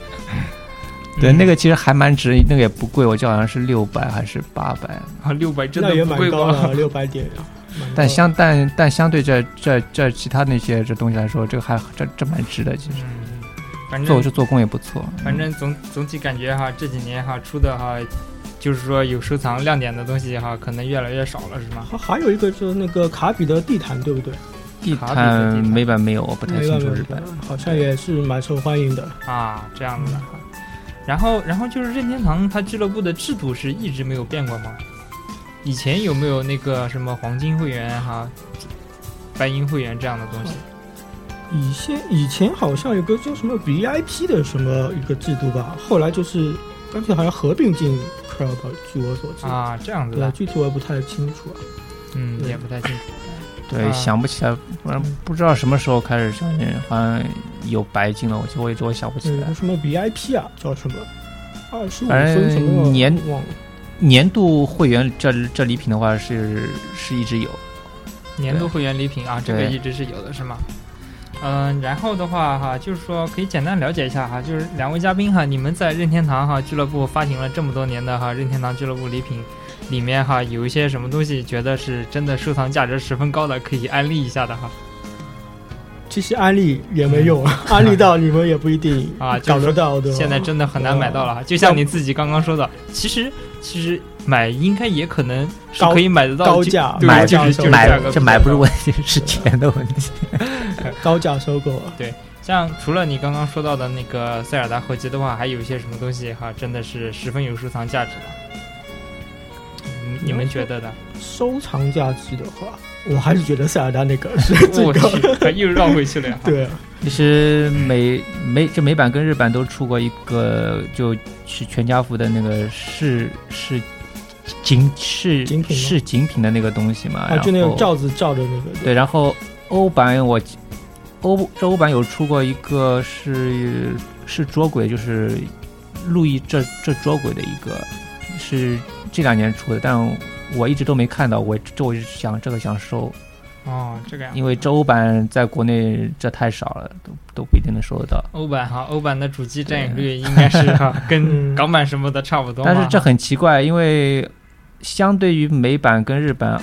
[SPEAKER 3] <laughs> 对，
[SPEAKER 1] 嗯
[SPEAKER 3] 那个其实还蛮值，那个也不贵，我记得好像是六百还是八百，
[SPEAKER 1] <laughs> 啊，六百真
[SPEAKER 2] 那
[SPEAKER 1] 的
[SPEAKER 2] 也
[SPEAKER 1] 不
[SPEAKER 2] 蛮
[SPEAKER 1] 贵
[SPEAKER 2] 高
[SPEAKER 1] 吗
[SPEAKER 2] 的，？啊 <laughs> 六百点，蛮高
[SPEAKER 3] 但
[SPEAKER 2] 的
[SPEAKER 3] 相但但相对这这这其他那些这东西来说，这个还这这蛮值的，其实。
[SPEAKER 1] 嗯 <laughs> 反
[SPEAKER 3] 做
[SPEAKER 1] 正
[SPEAKER 3] 是做工也不错。
[SPEAKER 1] 反正总总体感觉哈，这几年哈出的哈，就是说有收藏亮点的东西哈，可能越来越少了，是吗？
[SPEAKER 2] 还还有一个就是那个卡比的地毯，对不对？
[SPEAKER 3] 地
[SPEAKER 1] 卡比的地
[SPEAKER 3] 毯
[SPEAKER 1] 毯
[SPEAKER 3] 美版没有，我不太
[SPEAKER 2] 没
[SPEAKER 3] 清
[SPEAKER 2] 办
[SPEAKER 3] 楚
[SPEAKER 2] 法
[SPEAKER 3] 日版。
[SPEAKER 2] 好像也是蛮受欢迎的。
[SPEAKER 1] 啊，这样子的哈。然后，然后就是任天堂它俱乐部的制度是一直没有变过吗？以前有没有那个什么黄金会员哈、白银会员这样的东西？
[SPEAKER 2] 以前以前好像有个叫什么 VIP 的什么一个制度吧，后来就是干脆好像合并进 Club，据我所知。
[SPEAKER 1] 啊，这样子
[SPEAKER 2] 对啊，
[SPEAKER 1] 的，
[SPEAKER 2] 具体我也不太清楚啊。
[SPEAKER 1] 嗯，
[SPEAKER 2] 对
[SPEAKER 1] 也不太清楚。
[SPEAKER 3] 对，
[SPEAKER 1] 啊
[SPEAKER 3] 想不起来，不然不知道什么时候开始上面好像有白金了，我就我一直我想不起
[SPEAKER 2] 有
[SPEAKER 3] 来
[SPEAKER 2] 个。嗯什么 VIP 啊，叫什么二十五
[SPEAKER 3] 反正
[SPEAKER 2] 分什么
[SPEAKER 3] 年
[SPEAKER 2] 忘了。
[SPEAKER 3] <laughs> 年度会员这这礼品的话是是一直有，
[SPEAKER 1] 年度会员礼品啊，这个
[SPEAKER 3] 对
[SPEAKER 1] 一直是有的，是吗？嗯，然后的话哈，就是说可以简单了解一下哈，就是两位嘉宾哈，你们在任天堂哈俱乐部发行了这么多年的哈任天堂俱乐部礼品里面哈，有一些什么东西觉得是真的收藏价值十分高的，可以安利一下的哈
[SPEAKER 2] 其实安利也没用， <laughs> 安利到你们也不一定
[SPEAKER 1] 嗯 <laughs> 啊，就
[SPEAKER 2] 找
[SPEAKER 1] 是
[SPEAKER 2] 得
[SPEAKER 1] 说
[SPEAKER 2] 到，对吧？
[SPEAKER 1] 现在真的很难买到
[SPEAKER 2] 啊
[SPEAKER 1] 了哈，就像你自己刚刚说的，其实其实买应该也可能是
[SPEAKER 2] 高
[SPEAKER 1] 可以买得到
[SPEAKER 2] 高
[SPEAKER 1] 就
[SPEAKER 2] 价
[SPEAKER 1] 对
[SPEAKER 2] 买
[SPEAKER 1] 就是
[SPEAKER 2] 价
[SPEAKER 1] 就是
[SPEAKER 2] 买
[SPEAKER 1] 价格
[SPEAKER 4] 这
[SPEAKER 1] 比
[SPEAKER 4] 买
[SPEAKER 1] 较
[SPEAKER 4] 不是
[SPEAKER 1] 高
[SPEAKER 4] 问
[SPEAKER 3] <laughs>
[SPEAKER 4] 题，是钱的问题。
[SPEAKER 2] <laughs> 高价收购啊。
[SPEAKER 1] 像除了你刚刚说到的那个塞尔达合集的话，还有一些什么东西哈，真的是十分有收藏价值的。你你们觉得呢？
[SPEAKER 2] 收藏价值的话，我还是觉得塞尔达那个是最
[SPEAKER 1] 我
[SPEAKER 2] 高。。
[SPEAKER 1] 去， <laughs> 又绕回去了呀
[SPEAKER 2] <laughs> 对，啊
[SPEAKER 3] 其实美美这美版跟日版都出过一个，就是全家福的那个是是景是
[SPEAKER 2] 精品吗
[SPEAKER 3] 是景品的那个东西
[SPEAKER 1] 哎
[SPEAKER 3] 嘛，
[SPEAKER 2] 啊，
[SPEAKER 3] 然后
[SPEAKER 2] 就那种罩子罩的那个。
[SPEAKER 3] 对，然后欧版我欧这欧版有出过一个是是捉鬼，就是路易这这捉鬼的一个是这两年出的，但我一直都没看到，我这我一直想这个想收，
[SPEAKER 1] 哦，这个样。
[SPEAKER 3] 因为这欧版在国内这太少了，都都不一定能收得到。
[SPEAKER 1] 欧版哈，欧版的主机占有率应该是 <laughs> 哈跟
[SPEAKER 2] 嗯
[SPEAKER 1] 港版什么的差不多嘛。
[SPEAKER 3] 但是这很奇怪，因为相对于美版跟日版，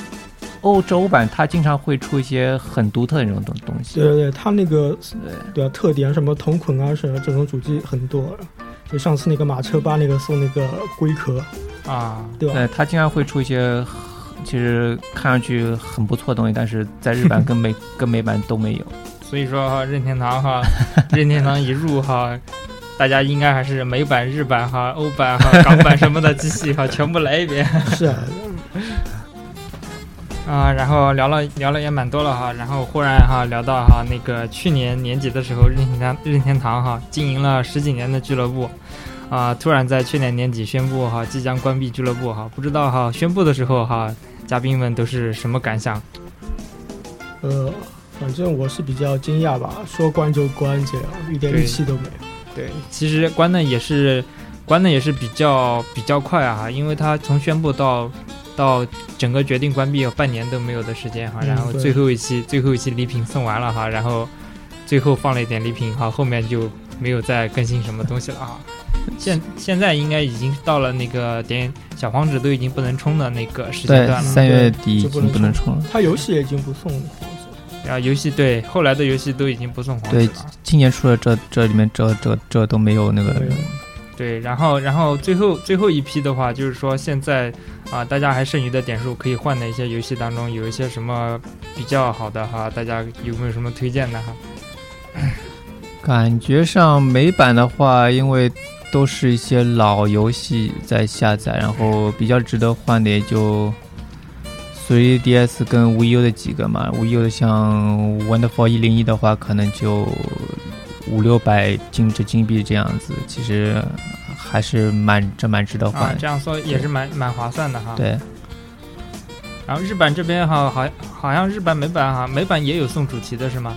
[SPEAKER 3] 欧洲版它经常会出一些很独特的那种东东西。
[SPEAKER 2] 对对对，它那个
[SPEAKER 3] 对
[SPEAKER 2] 对啊特点什么同捆啊什么这种主机很多，啊就上次那个马车吧那个送那个龟壳，
[SPEAKER 1] 啊，
[SPEAKER 2] 对吧？
[SPEAKER 3] 呃，它经常会出一些很其实看上去很不错的东西，但是在日 <laughs> 版跟美跟美版都没有。
[SPEAKER 1] 所以说哈，任天堂
[SPEAKER 3] <laughs>
[SPEAKER 1] 哈，任天堂一入哈，大家应该还是美版、日版哈、欧版哈、港版什么的机器哈，全部来一遍。
[SPEAKER 2] 是啊，
[SPEAKER 1] 啊，然后聊了聊了也蛮多了哈，然后忽然哈聊到哈那个去年年底的时候，任天堂任天堂哈经营了十几年的俱乐部，啊，突然在去年年底宣布哈即将关闭俱乐部哈，不知道哈宣布的时候哈，嘉宾们都是什么感想？
[SPEAKER 2] 呃，反正我是比较惊讶吧，说关就关这样，一点预期都没有。
[SPEAKER 1] 对，其实关的也是关的也是比较比较快啊，因为他从宣布到到整个决定关闭有半年都没有的时间哈、
[SPEAKER 2] 嗯
[SPEAKER 1] 然后
[SPEAKER 2] 对
[SPEAKER 1] 最后一期最后一期礼品送完了哈、然后最后放了一点礼品哈、后面就没有再更新什么东西了哈、
[SPEAKER 2] <laughs>
[SPEAKER 1] 现现在应该已经到了那个点小黄纸都已经不能充的那个时间段了，
[SPEAKER 2] 三月
[SPEAKER 3] 底
[SPEAKER 2] 已经不能
[SPEAKER 3] 充了。
[SPEAKER 2] 它游戏也已经不送了，好像是
[SPEAKER 1] 然后游戏对后来的游戏都已经不送黄纸
[SPEAKER 3] 对
[SPEAKER 1] 了啊。
[SPEAKER 3] 今年出了这这里面这这这都没有那个
[SPEAKER 2] 没有
[SPEAKER 1] 对，然后然后最后最后一批的话，就是说现在啊、大家还剩余的点数可以换的一些游戏当中，有一些什么比较好的哈？大家有没有什么推荐的哈？
[SPEAKER 3] 感觉上美版的话，因为都是一些老游戏在下载，然后比较值得换的也就 3DS 跟 VU 的几个嘛。VU 的像 Wonderful 一零一的话，可能就五六百金这金币这样子，其实还是蛮这蛮值得换
[SPEAKER 1] 啊，
[SPEAKER 3] 的。
[SPEAKER 1] 这样说也是蛮蛮划算的哈。。
[SPEAKER 3] 对，
[SPEAKER 1] 然后日版这边哈，好好像日版美版哈，美版也有送主题的是吗？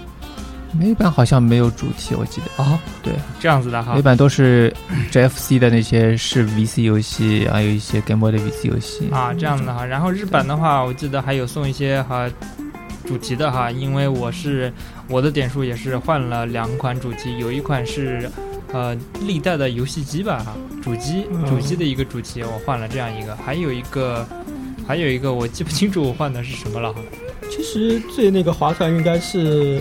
[SPEAKER 3] 美版好像没有主题，我记得。
[SPEAKER 1] 哦，
[SPEAKER 3] 对，
[SPEAKER 1] 这样子的哈
[SPEAKER 3] 美。版都是 JFC 的那些是 VC 游戏，还有一些 Game Boy 的 VC 游戏。
[SPEAKER 1] 啊，这样的哈。然后日版的话，我记得还有送一些哈主题的哈，因为我是我的点数也是换了两款主题，有一款是呃历代的游戏机吧哈，主机
[SPEAKER 2] 嗯
[SPEAKER 1] 主机的一个主题我换了这样一个，还有一个还有一个我记不清楚我换的是什么了哈。
[SPEAKER 2] 其实最那个划算应该是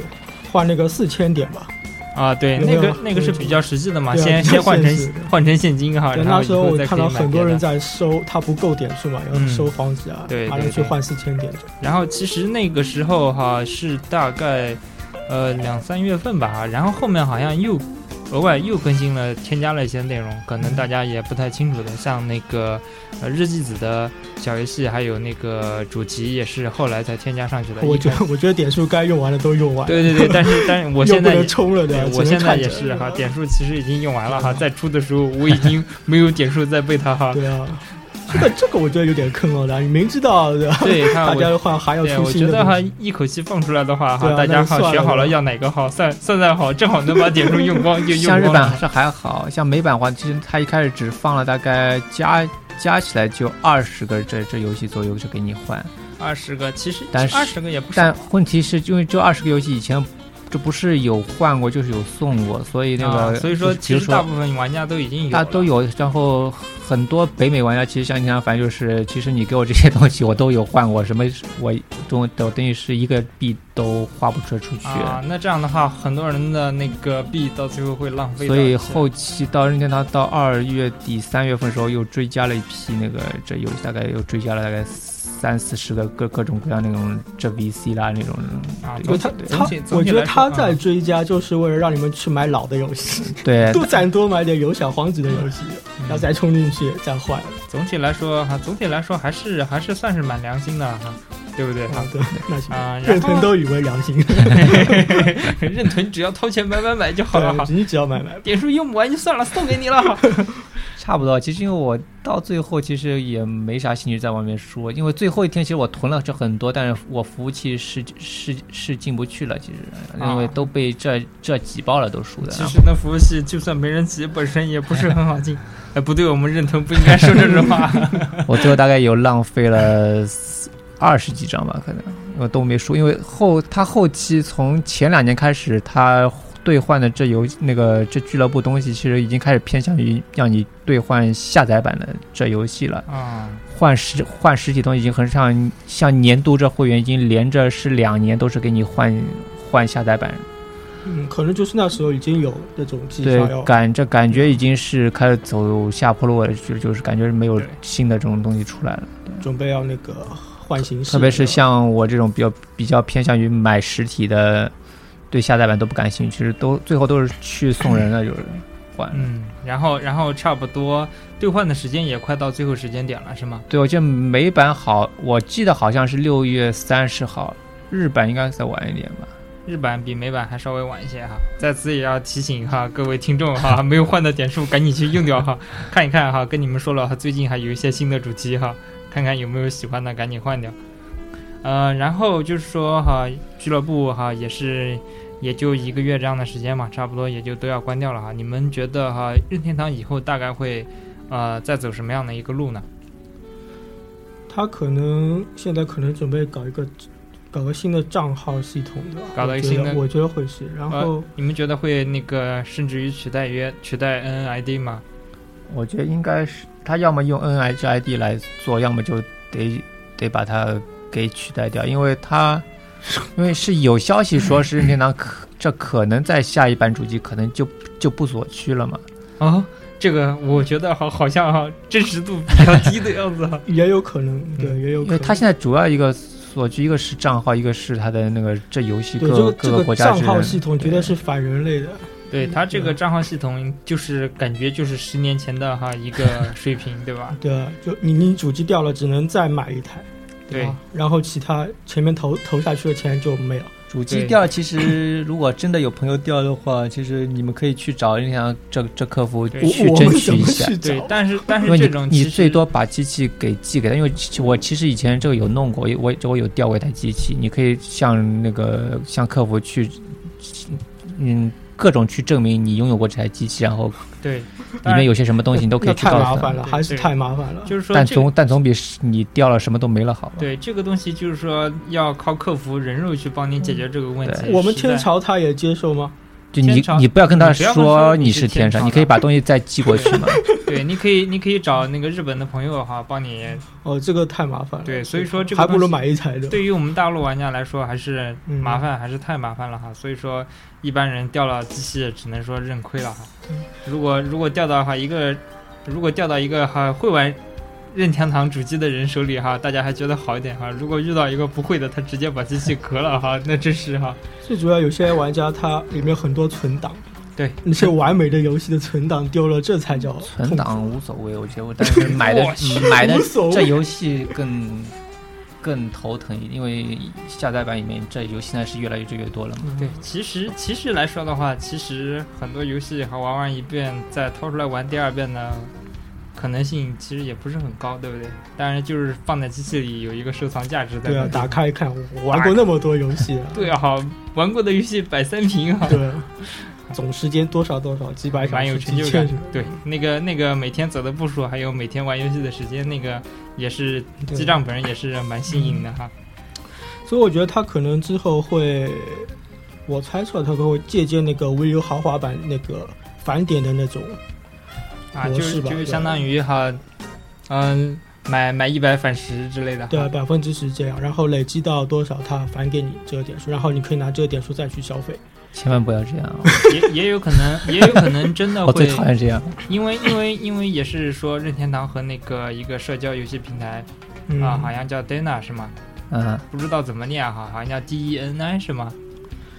[SPEAKER 2] 换那个四千点吧，
[SPEAKER 1] 啊，对，
[SPEAKER 2] 有没
[SPEAKER 1] 那
[SPEAKER 2] 有
[SPEAKER 1] 个那个是比较实际的嘛，
[SPEAKER 2] 对啊
[SPEAKER 1] 先
[SPEAKER 2] 比
[SPEAKER 1] 先
[SPEAKER 2] 较
[SPEAKER 1] 换成
[SPEAKER 2] 现实的
[SPEAKER 1] 换成 <laughs> 现金哈，
[SPEAKER 2] 对，
[SPEAKER 1] 然
[SPEAKER 2] 那
[SPEAKER 1] 后
[SPEAKER 2] 时
[SPEAKER 1] 以
[SPEAKER 2] 候
[SPEAKER 1] 后
[SPEAKER 2] 我
[SPEAKER 1] 再可
[SPEAKER 2] 看
[SPEAKER 1] 以
[SPEAKER 2] 到
[SPEAKER 1] 买
[SPEAKER 2] 很
[SPEAKER 1] 别
[SPEAKER 2] 多人
[SPEAKER 1] 的。
[SPEAKER 2] 在收，他不够点数嘛，然后
[SPEAKER 1] 嗯
[SPEAKER 2] 收房子啊，
[SPEAKER 1] 对
[SPEAKER 2] 拿
[SPEAKER 1] 对
[SPEAKER 2] 来去
[SPEAKER 1] 对
[SPEAKER 2] 换四千点。
[SPEAKER 1] 然后其实那个时候哈是大概呃两三月份吧，然后后面好像又额外又更新了，添加了一些内容，可能大家也不太清楚的，像那个呃日记子的小游戏，还有那个主题也是后来才添加上去的。
[SPEAKER 2] 我
[SPEAKER 1] 一
[SPEAKER 2] 觉
[SPEAKER 1] 开
[SPEAKER 2] 得我觉得点数该用完的都用
[SPEAKER 1] <laughs>
[SPEAKER 2] 完，
[SPEAKER 1] 对对对，但是但是我
[SPEAKER 2] 又
[SPEAKER 1] 现
[SPEAKER 2] 不
[SPEAKER 1] 在也
[SPEAKER 2] 能充了的，只
[SPEAKER 1] 我
[SPEAKER 2] 能
[SPEAKER 1] 现在
[SPEAKER 2] 看
[SPEAKER 1] 也
[SPEAKER 2] 着
[SPEAKER 1] 是哈，点数其实已经用完了哈，再出的时候我已经没有点数再被它哈。
[SPEAKER 2] 对啊，这个这个我觉得有点坑哦，的，你明知道的，
[SPEAKER 1] 对，看
[SPEAKER 2] 大
[SPEAKER 1] 啊我
[SPEAKER 2] 家的话还要
[SPEAKER 1] 对，
[SPEAKER 2] 出
[SPEAKER 1] 我
[SPEAKER 2] 新
[SPEAKER 1] 觉
[SPEAKER 2] 的
[SPEAKER 1] 得哈
[SPEAKER 2] 东西，，
[SPEAKER 1] 一口气放出来的话哈，
[SPEAKER 2] 对啊
[SPEAKER 1] 大家哈
[SPEAKER 2] 那就算
[SPEAKER 1] 学
[SPEAKER 2] 了
[SPEAKER 1] 好了
[SPEAKER 2] 吧
[SPEAKER 1] 要哪个好，算算算好，正好能把点数用光
[SPEAKER 2] <laughs>
[SPEAKER 1] 就用
[SPEAKER 3] 像日
[SPEAKER 1] 光
[SPEAKER 3] 版还
[SPEAKER 1] 了。
[SPEAKER 3] 是还好，像美版的话，其实它一开始只放了大概加加起来就二十个这这游戏左右就给你换，
[SPEAKER 1] 二十个其实
[SPEAKER 3] 但是
[SPEAKER 1] 二十个也不少
[SPEAKER 3] 但，问题是因为这二十个游戏以前这不是有换过就是有送过，所以那个、
[SPEAKER 1] 啊所以说
[SPEAKER 3] 就是比
[SPEAKER 1] 其
[SPEAKER 3] 如
[SPEAKER 1] 实
[SPEAKER 3] 说
[SPEAKER 1] 大部分玩家都已经有
[SPEAKER 3] 大家都
[SPEAKER 1] 了。
[SPEAKER 3] 有，然后很多北美玩家其实像你想，反正就是，其实你给我这些东西，我都有换过，什么我中等等于是一个币都花不出出去，
[SPEAKER 1] 啊，那这样的话，很多人的那个币到最后会浪费掉
[SPEAKER 3] 所
[SPEAKER 1] 一些。
[SPEAKER 3] 以后期到任天堂到二月底三月份的时候，又追加了一批那个这游戏，大概又追加了大概三四十个各各种各样那种这 VC 啦那种，
[SPEAKER 1] 啊，
[SPEAKER 3] 对
[SPEAKER 2] 因为
[SPEAKER 1] 总
[SPEAKER 2] 他
[SPEAKER 1] 体
[SPEAKER 2] 他
[SPEAKER 1] 总体，总
[SPEAKER 2] 我
[SPEAKER 1] 体
[SPEAKER 2] 觉得
[SPEAKER 1] 来说
[SPEAKER 2] 他
[SPEAKER 1] 嗯
[SPEAKER 2] 在追加，就是为了让你们去买老的游戏，
[SPEAKER 3] <laughs> 对，
[SPEAKER 2] 多攒多买点有小皇子的游戏，然后再充进去再换。
[SPEAKER 1] 总体来说哈，总体来说还是还是算是蛮良心的哈，对不对哈
[SPEAKER 2] 好？的，那行，
[SPEAKER 1] 啊，然
[SPEAKER 2] 任腾
[SPEAKER 1] 后
[SPEAKER 2] 嗯都 <laughs> 以为良心，
[SPEAKER 1] <laughs> 认屯只要掏钱买买买就好了哈，
[SPEAKER 2] <laughs> 你只要买买。
[SPEAKER 1] 点数用不完就算了，送给你了哈。
[SPEAKER 3] 差不多。其实因为我到最后其实也没啥兴趣在外面说，因为最后一天其实我囤了这很多，但是我服务器是是是进不去了，其实
[SPEAKER 1] 啊
[SPEAKER 3] 因为都被这这挤爆了，都输的。
[SPEAKER 1] 其实那服务器就算没人骑，本身也不是很好进。哎，不对，我们认同不应该说这种话。
[SPEAKER 3] 我最后大概有浪费了二十几张吧，可能我都没输，因为后他后期从前两年开始，他兑换的这游那个这俱乐部东西，其实已经开始偏向于让你兑换下载版的这游戏了。
[SPEAKER 1] 啊，
[SPEAKER 3] 换实换实体东西已经很像像年度这会员已经连着是两年都是给你换换下载版，
[SPEAKER 2] 嗯，可能就是那时候已经有这种计划
[SPEAKER 3] 对
[SPEAKER 2] 要，
[SPEAKER 3] 感这感觉已经是开始走下坡路了，就就是感觉没有
[SPEAKER 1] 对
[SPEAKER 3] 新的这种东西出来了。
[SPEAKER 2] 准备要那个换形式，
[SPEAKER 3] 特别是像我这种比较比较偏向于买实体的，对下载版都不感兴趣，是都最后都是去送人了，就是换。
[SPEAKER 1] 嗯，然后然后差不多兑换的时间也快到最后时间点了，是吗？
[SPEAKER 3] 对，我记得美版好，我记得好像是六月三十号，日版应该再晚一点吧。
[SPEAKER 1] 日版比美版还稍微晚一些哈，在此也要提醒哈各位听众哈， <laughs> 没有换的点数赶紧去用掉哈，看一看哈，跟你们说了哈，最近还有一些新的主题哈，看看有没有喜欢的赶紧换掉。呃，然后就是说哈，俱乐部哈也是也就一个月这样的时间嘛，差不多也就都要关掉了哈。你们觉得哈，任天堂以后大概会呃再走什么样的一个路呢？
[SPEAKER 2] 他可能现在可能准备搞一个搞个新的账号系统的，
[SPEAKER 1] 搞到一个新的
[SPEAKER 2] 我觉得我觉得会是，然后、。
[SPEAKER 1] 你们觉得会那个甚至于取代约取代 NID 吗？
[SPEAKER 3] 我觉得应该是他要么用 NHID 来做，要么就得得把它给取代掉，因为他因为是有消息说是任天堂可这可能在下一版主机可能就就不锁区了嘛。
[SPEAKER 1] 啊，这个我觉得好好像哈、真实度比较低的样
[SPEAKER 3] <laughs>
[SPEAKER 1] 子哈
[SPEAKER 2] 也有可能，对，也有
[SPEAKER 3] 因
[SPEAKER 2] 可能。
[SPEAKER 3] 为它现在主要一个锁区，一个是账号，一个是它的那个这游戏
[SPEAKER 2] 对
[SPEAKER 3] 各、
[SPEAKER 2] 这个
[SPEAKER 3] 各
[SPEAKER 2] 这
[SPEAKER 3] 个
[SPEAKER 2] 个
[SPEAKER 3] 国家
[SPEAKER 2] 账
[SPEAKER 3] 之
[SPEAKER 2] 号
[SPEAKER 3] 间
[SPEAKER 2] 系统绝对是反人类的，
[SPEAKER 1] 对啊它这个账号系统，就是感觉就是十年前的哈一个水平，对吧？
[SPEAKER 2] 对啊，就你你主机掉了，只能再买一台，
[SPEAKER 1] <laughs> 对
[SPEAKER 2] 吧，然后其他前面投投下去的钱就没有。
[SPEAKER 3] 主机掉，其实如果真的有朋友掉的话，其实你们可以去找人家这这客服
[SPEAKER 1] 对
[SPEAKER 3] 去
[SPEAKER 2] 我我
[SPEAKER 3] 争
[SPEAKER 2] 们
[SPEAKER 3] 取
[SPEAKER 2] 怎
[SPEAKER 3] 一
[SPEAKER 2] 么
[SPEAKER 3] 下。
[SPEAKER 2] 去
[SPEAKER 1] 对
[SPEAKER 2] 找，？
[SPEAKER 1] 但是但
[SPEAKER 3] 因
[SPEAKER 1] 是
[SPEAKER 3] 为
[SPEAKER 1] 这
[SPEAKER 3] 你
[SPEAKER 1] 种
[SPEAKER 3] 你
[SPEAKER 1] 其实
[SPEAKER 3] 最多把机器给寄给他，因为其我其实以前这个有弄过，我我有调过一台机器，你可以向那个向客服去，嗯，各种去证明你拥有过这台机器，然后
[SPEAKER 1] 对，
[SPEAKER 3] 里面有些什么东西你都可以
[SPEAKER 2] 那
[SPEAKER 3] 去
[SPEAKER 2] 太
[SPEAKER 3] 告诉
[SPEAKER 2] 麻
[SPEAKER 3] 他们。
[SPEAKER 2] 烦了，
[SPEAKER 1] 对
[SPEAKER 2] 还是
[SPEAKER 1] 对
[SPEAKER 2] 太麻烦了。
[SPEAKER 1] 就是说
[SPEAKER 3] 但
[SPEAKER 1] 这个
[SPEAKER 3] 总但总比是你掉了什么都没了好吧？
[SPEAKER 1] 对这个东西就是说要靠客服人肉去帮你解决这个问题。
[SPEAKER 3] 对
[SPEAKER 1] 实在
[SPEAKER 2] 我们天，朝他也接受吗？
[SPEAKER 3] 就你
[SPEAKER 1] 天朝
[SPEAKER 3] 你不要跟他
[SPEAKER 1] 你不要跟他说
[SPEAKER 3] 说
[SPEAKER 1] 你
[SPEAKER 3] 你
[SPEAKER 1] 是
[SPEAKER 3] 是
[SPEAKER 1] 天
[SPEAKER 3] 天
[SPEAKER 1] 朝的
[SPEAKER 3] 上，你可以把东西再寄过去嘛。
[SPEAKER 1] 对，你可以你可以找那个日本的朋友哈，帮你。
[SPEAKER 2] 哦，这个太麻烦了。
[SPEAKER 1] 对所以说这个
[SPEAKER 2] 还不
[SPEAKER 1] 东
[SPEAKER 2] 如
[SPEAKER 1] 西
[SPEAKER 2] 买一台的。
[SPEAKER 1] 对于我们大陆玩家来说，还是
[SPEAKER 2] 嗯
[SPEAKER 1] 麻烦，还是太麻烦了哈。所以说，一般人掉了机器，只能说认亏了哈。
[SPEAKER 2] 嗯
[SPEAKER 1] 如果如果掉到哈一个，如果掉到一个哈会玩任天堂主机的人手里哈，大家还觉得好一点哈。如果遇到一个不会的，他直接把机器
[SPEAKER 2] <laughs>
[SPEAKER 1] 壳了哈，那真是哈。
[SPEAKER 2] 最主要有些玩家他里面很多存档，
[SPEAKER 1] 对，<laughs>
[SPEAKER 2] 那些完美的游戏的存档丢了，这才叫
[SPEAKER 3] 存
[SPEAKER 2] 痛苦
[SPEAKER 3] 档无所谓，我觉得，但是买的嗯
[SPEAKER 1] 我去
[SPEAKER 3] 买的
[SPEAKER 2] 无所谓
[SPEAKER 3] <laughs> 这游戏更更头疼，因为下载版里面这游戏现在是越来越越多了嘛。
[SPEAKER 1] 对，其实其实来说的话，其实很多游戏哈玩完一遍再掏出来玩第二遍呢，可能性其实也不是很高，对不对？当然就是放在机器里有一个收藏价值在
[SPEAKER 2] 对
[SPEAKER 1] 那
[SPEAKER 2] 啊
[SPEAKER 1] 里。，
[SPEAKER 2] 打开一看，我玩过那么多游
[SPEAKER 1] <laughs>
[SPEAKER 2] 戏啊，
[SPEAKER 1] 对啊，玩过的游戏百三啊屏
[SPEAKER 2] <laughs>
[SPEAKER 1] 哈，
[SPEAKER 2] 对，总时间多少多少几百小
[SPEAKER 1] 蛮有
[SPEAKER 2] 时，
[SPEAKER 1] 成
[SPEAKER 2] 几
[SPEAKER 1] 就
[SPEAKER 2] 千
[SPEAKER 1] 感
[SPEAKER 2] 小时。。
[SPEAKER 1] 对，那个那个每天走的步数，还有每天玩游戏的时间，那个也是
[SPEAKER 2] 对
[SPEAKER 1] 记账本人也是蛮新颖的哈。
[SPEAKER 2] 所以我觉得他可能之后会，我猜测他会借鉴那个微流豪华版那个返点的那种，
[SPEAKER 1] 啊，
[SPEAKER 2] 嗯模
[SPEAKER 1] 就
[SPEAKER 2] 式吧
[SPEAKER 1] 就
[SPEAKER 2] 对
[SPEAKER 1] 相当于哈，嗯、买买一百返十之类的哈。
[SPEAKER 2] 对啊，百分之十这样，然后累积到多少他返给你这个点数，然后你可以拿这个点数再去消费。
[SPEAKER 3] 千万不要这样啊，
[SPEAKER 1] 也也有可能，也有可能真的 <laughs>
[SPEAKER 2] <laughs>
[SPEAKER 3] 我最
[SPEAKER 1] 会，
[SPEAKER 3] 讨厌这样。
[SPEAKER 1] 因为因为因为也是说任天堂和那个一个社交游戏平台
[SPEAKER 2] 嗯
[SPEAKER 1] 啊，好像叫 Dena 是吗？
[SPEAKER 3] <laughs> 嗯，
[SPEAKER 1] 不知道怎么念哈，好像叫 D E N I 是吗？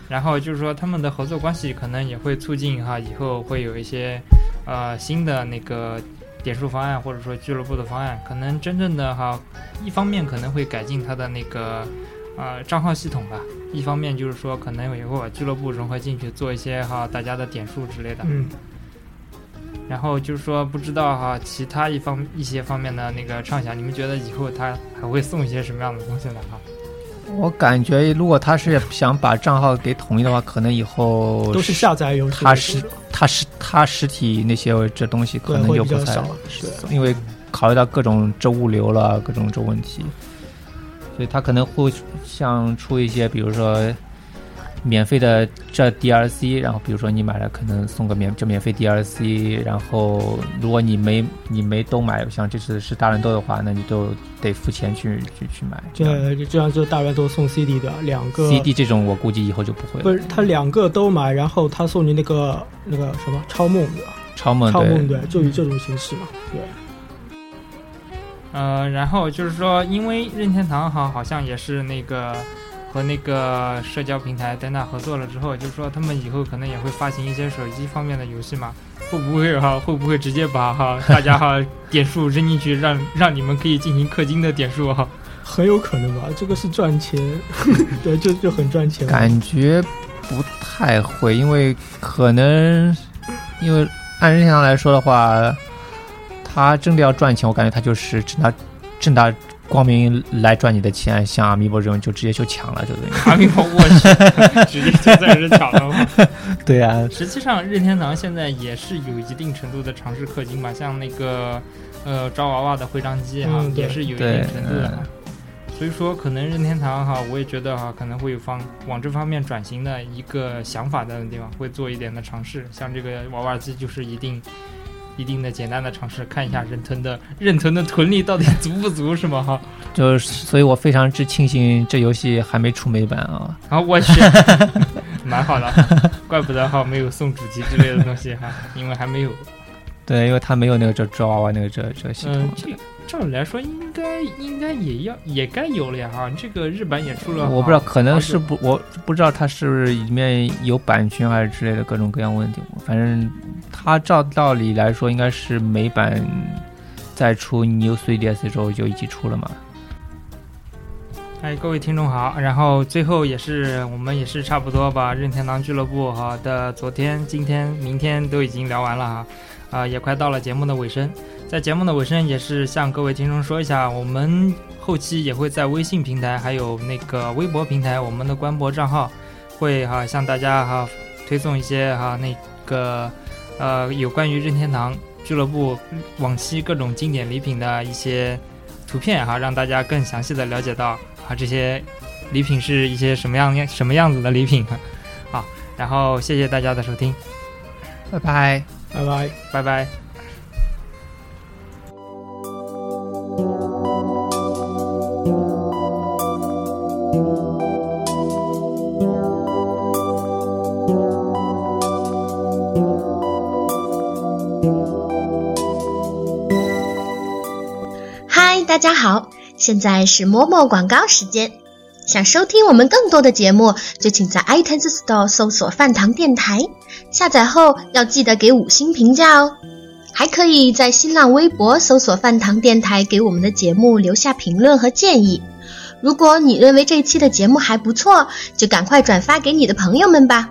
[SPEAKER 1] 然后就是说他们的合作关系可能也会促进哈，以后会有一些呃新的那个点数方案，或者说俱乐部的方案，可能真正的哈，一方面可能会改进它的那个呃账号系统吧，一方面就是说可能也会啊把俱乐部融合进去，做一些哈大家的点数之类的。
[SPEAKER 2] 嗯，
[SPEAKER 1] 然后就是说不知道哈，其他一方一些方面的那个畅想，你们觉得以后它还会送一些什么样的东西呢？哈，
[SPEAKER 3] <laughs> 我感觉如果他是想把账号给统一的话，可能以后
[SPEAKER 2] 都是下载游戏，
[SPEAKER 3] 他实他实他实体那些这东西可
[SPEAKER 2] 对
[SPEAKER 3] 能
[SPEAKER 2] 会
[SPEAKER 3] 就
[SPEAKER 2] 比
[SPEAKER 3] 不
[SPEAKER 2] 较
[SPEAKER 3] 太
[SPEAKER 2] 少，啊对。
[SPEAKER 3] 因为考虑到各种这物流了，各种这问题，所以他可能会像出一些，比如说免费的这 DLC，然后比如说你买了可能送个免这免费 DLC，然后如果你没你没都买，像这次是大乱斗的话，那你就得付钱去去去买。这样
[SPEAKER 2] 这这样就大乱斗送 CD 的两个
[SPEAKER 3] CD 这种我估计以后就不会
[SPEAKER 2] 不
[SPEAKER 3] 了。
[SPEAKER 2] 是他两个都买，然后他送你那个那个什么超梦对吧？
[SPEAKER 3] 超梦
[SPEAKER 2] 超梦
[SPEAKER 3] 哦对，嗯
[SPEAKER 2] 对，就以这种形式嘛。对，
[SPEAKER 1] 呃，然后就是说，因为任天堂哈好像也是那个和那个社交平台 d 娜合作了之后，就是说他们以后可能也会发行一些手机方面的游戏嘛，会不会哈会不会直接把哈大家哈点数扔进去，让让你们可以进行氪金的点数哈？
[SPEAKER 2] 很有可能吧，这个是赚钱， <laughs> 对，就就很赚钱。
[SPEAKER 3] 感觉不太会，因为可能因为按任天堂来说的话，他真的要赚钱，我感觉他就是正大正大光明来赚你的钱，像 Amiibo 这种就直接就抢了，就等于。
[SPEAKER 1] 阿明我我去，直接就在这抢了。
[SPEAKER 3] 对啊，
[SPEAKER 1] 实际上，任天堂现在也是有一定程度的尝试氪金吧，像那个呃抓娃娃的徽章机哈、啊
[SPEAKER 2] 嗯对
[SPEAKER 1] 也是有一
[SPEAKER 3] 对
[SPEAKER 1] 定程度的哈。所以说，可能任天堂哈、我也觉得哈、可能会有方往这方面转型的一个想法在的地方，会做一点的尝试。像这个娃娃机就是一定一定的简单的尝试，看一下任豚的任豚的豚力到底足不足，是吗？哈，
[SPEAKER 3] 就是所以我非常之庆幸这游戏还没出美版啊。
[SPEAKER 1] 啊，我去，蛮好的，怪不得哈、没有送主机之类的东西哈、因为还没有。
[SPEAKER 3] 对，因为它没有那个这抓娃娃那个这这系统
[SPEAKER 1] 嗯，，这个照理来说应该应该也要也该有了呀哈，这个日版也出了，
[SPEAKER 3] 我不知道，
[SPEAKER 1] 哈
[SPEAKER 3] 可能是不，我不知道它是不是里面有版权还是之类的各种各样问题。反正它照道理来说，应该是美版在出 New 3DS 的时候就一起出了嘛。
[SPEAKER 1] 哎，各位听众好，然后最后也是我们也是差不多把任天堂俱乐部哈的昨天、今天、明天都已经聊完了哈，啊、也快到了节目的尾声，在节目的尾声也是向各位听众说一下，我们后期也会在微信平台还有那个微博平台，我们的官博账号会哈、向大家哈、推送一些哈、那个呃有关于任天堂俱乐部往期各种经典礼品的一些图片哈、让大家更详细的了 <laughs> 解到啊这些礼品是一些什么样什么样子的礼品啊。然后谢谢大家的收听，
[SPEAKER 3] 拜拜。
[SPEAKER 2] 拜拜。
[SPEAKER 1] 拜拜。
[SPEAKER 5] 嗨，大家好，现在是某某广告时间。想收听我们更多的节目，就请在 iTunes Store 搜索“饭堂电台”，下载后要记得给五星评价哦。还可以在新浪微博搜索“饭堂电台”，给我们的节目留下评论和建议。如果你认为这期的节目还不错，就赶快转发给你的朋友们吧。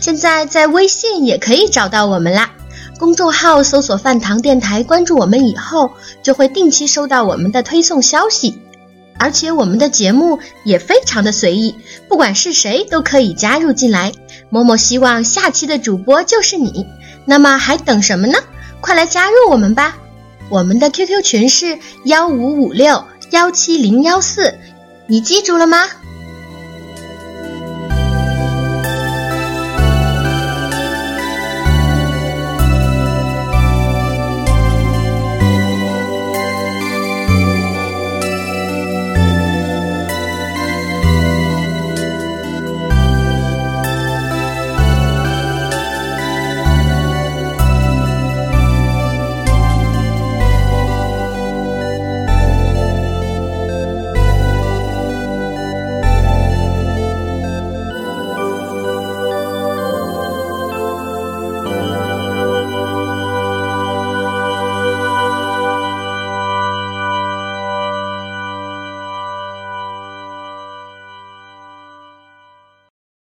[SPEAKER 5] 现在在微信也可以找到我们啦，公众号搜索“饭堂电台”，关注我们以后，就会定期收到我们的推送消息。而且我们的节目也非常的随意，不管是谁都可以加入进来。某某希望下期的主播就是你，那么还等什么呢？快来加入我们吧！我们的 QQ 群是幺五五六幺七零幺四，你记住了吗？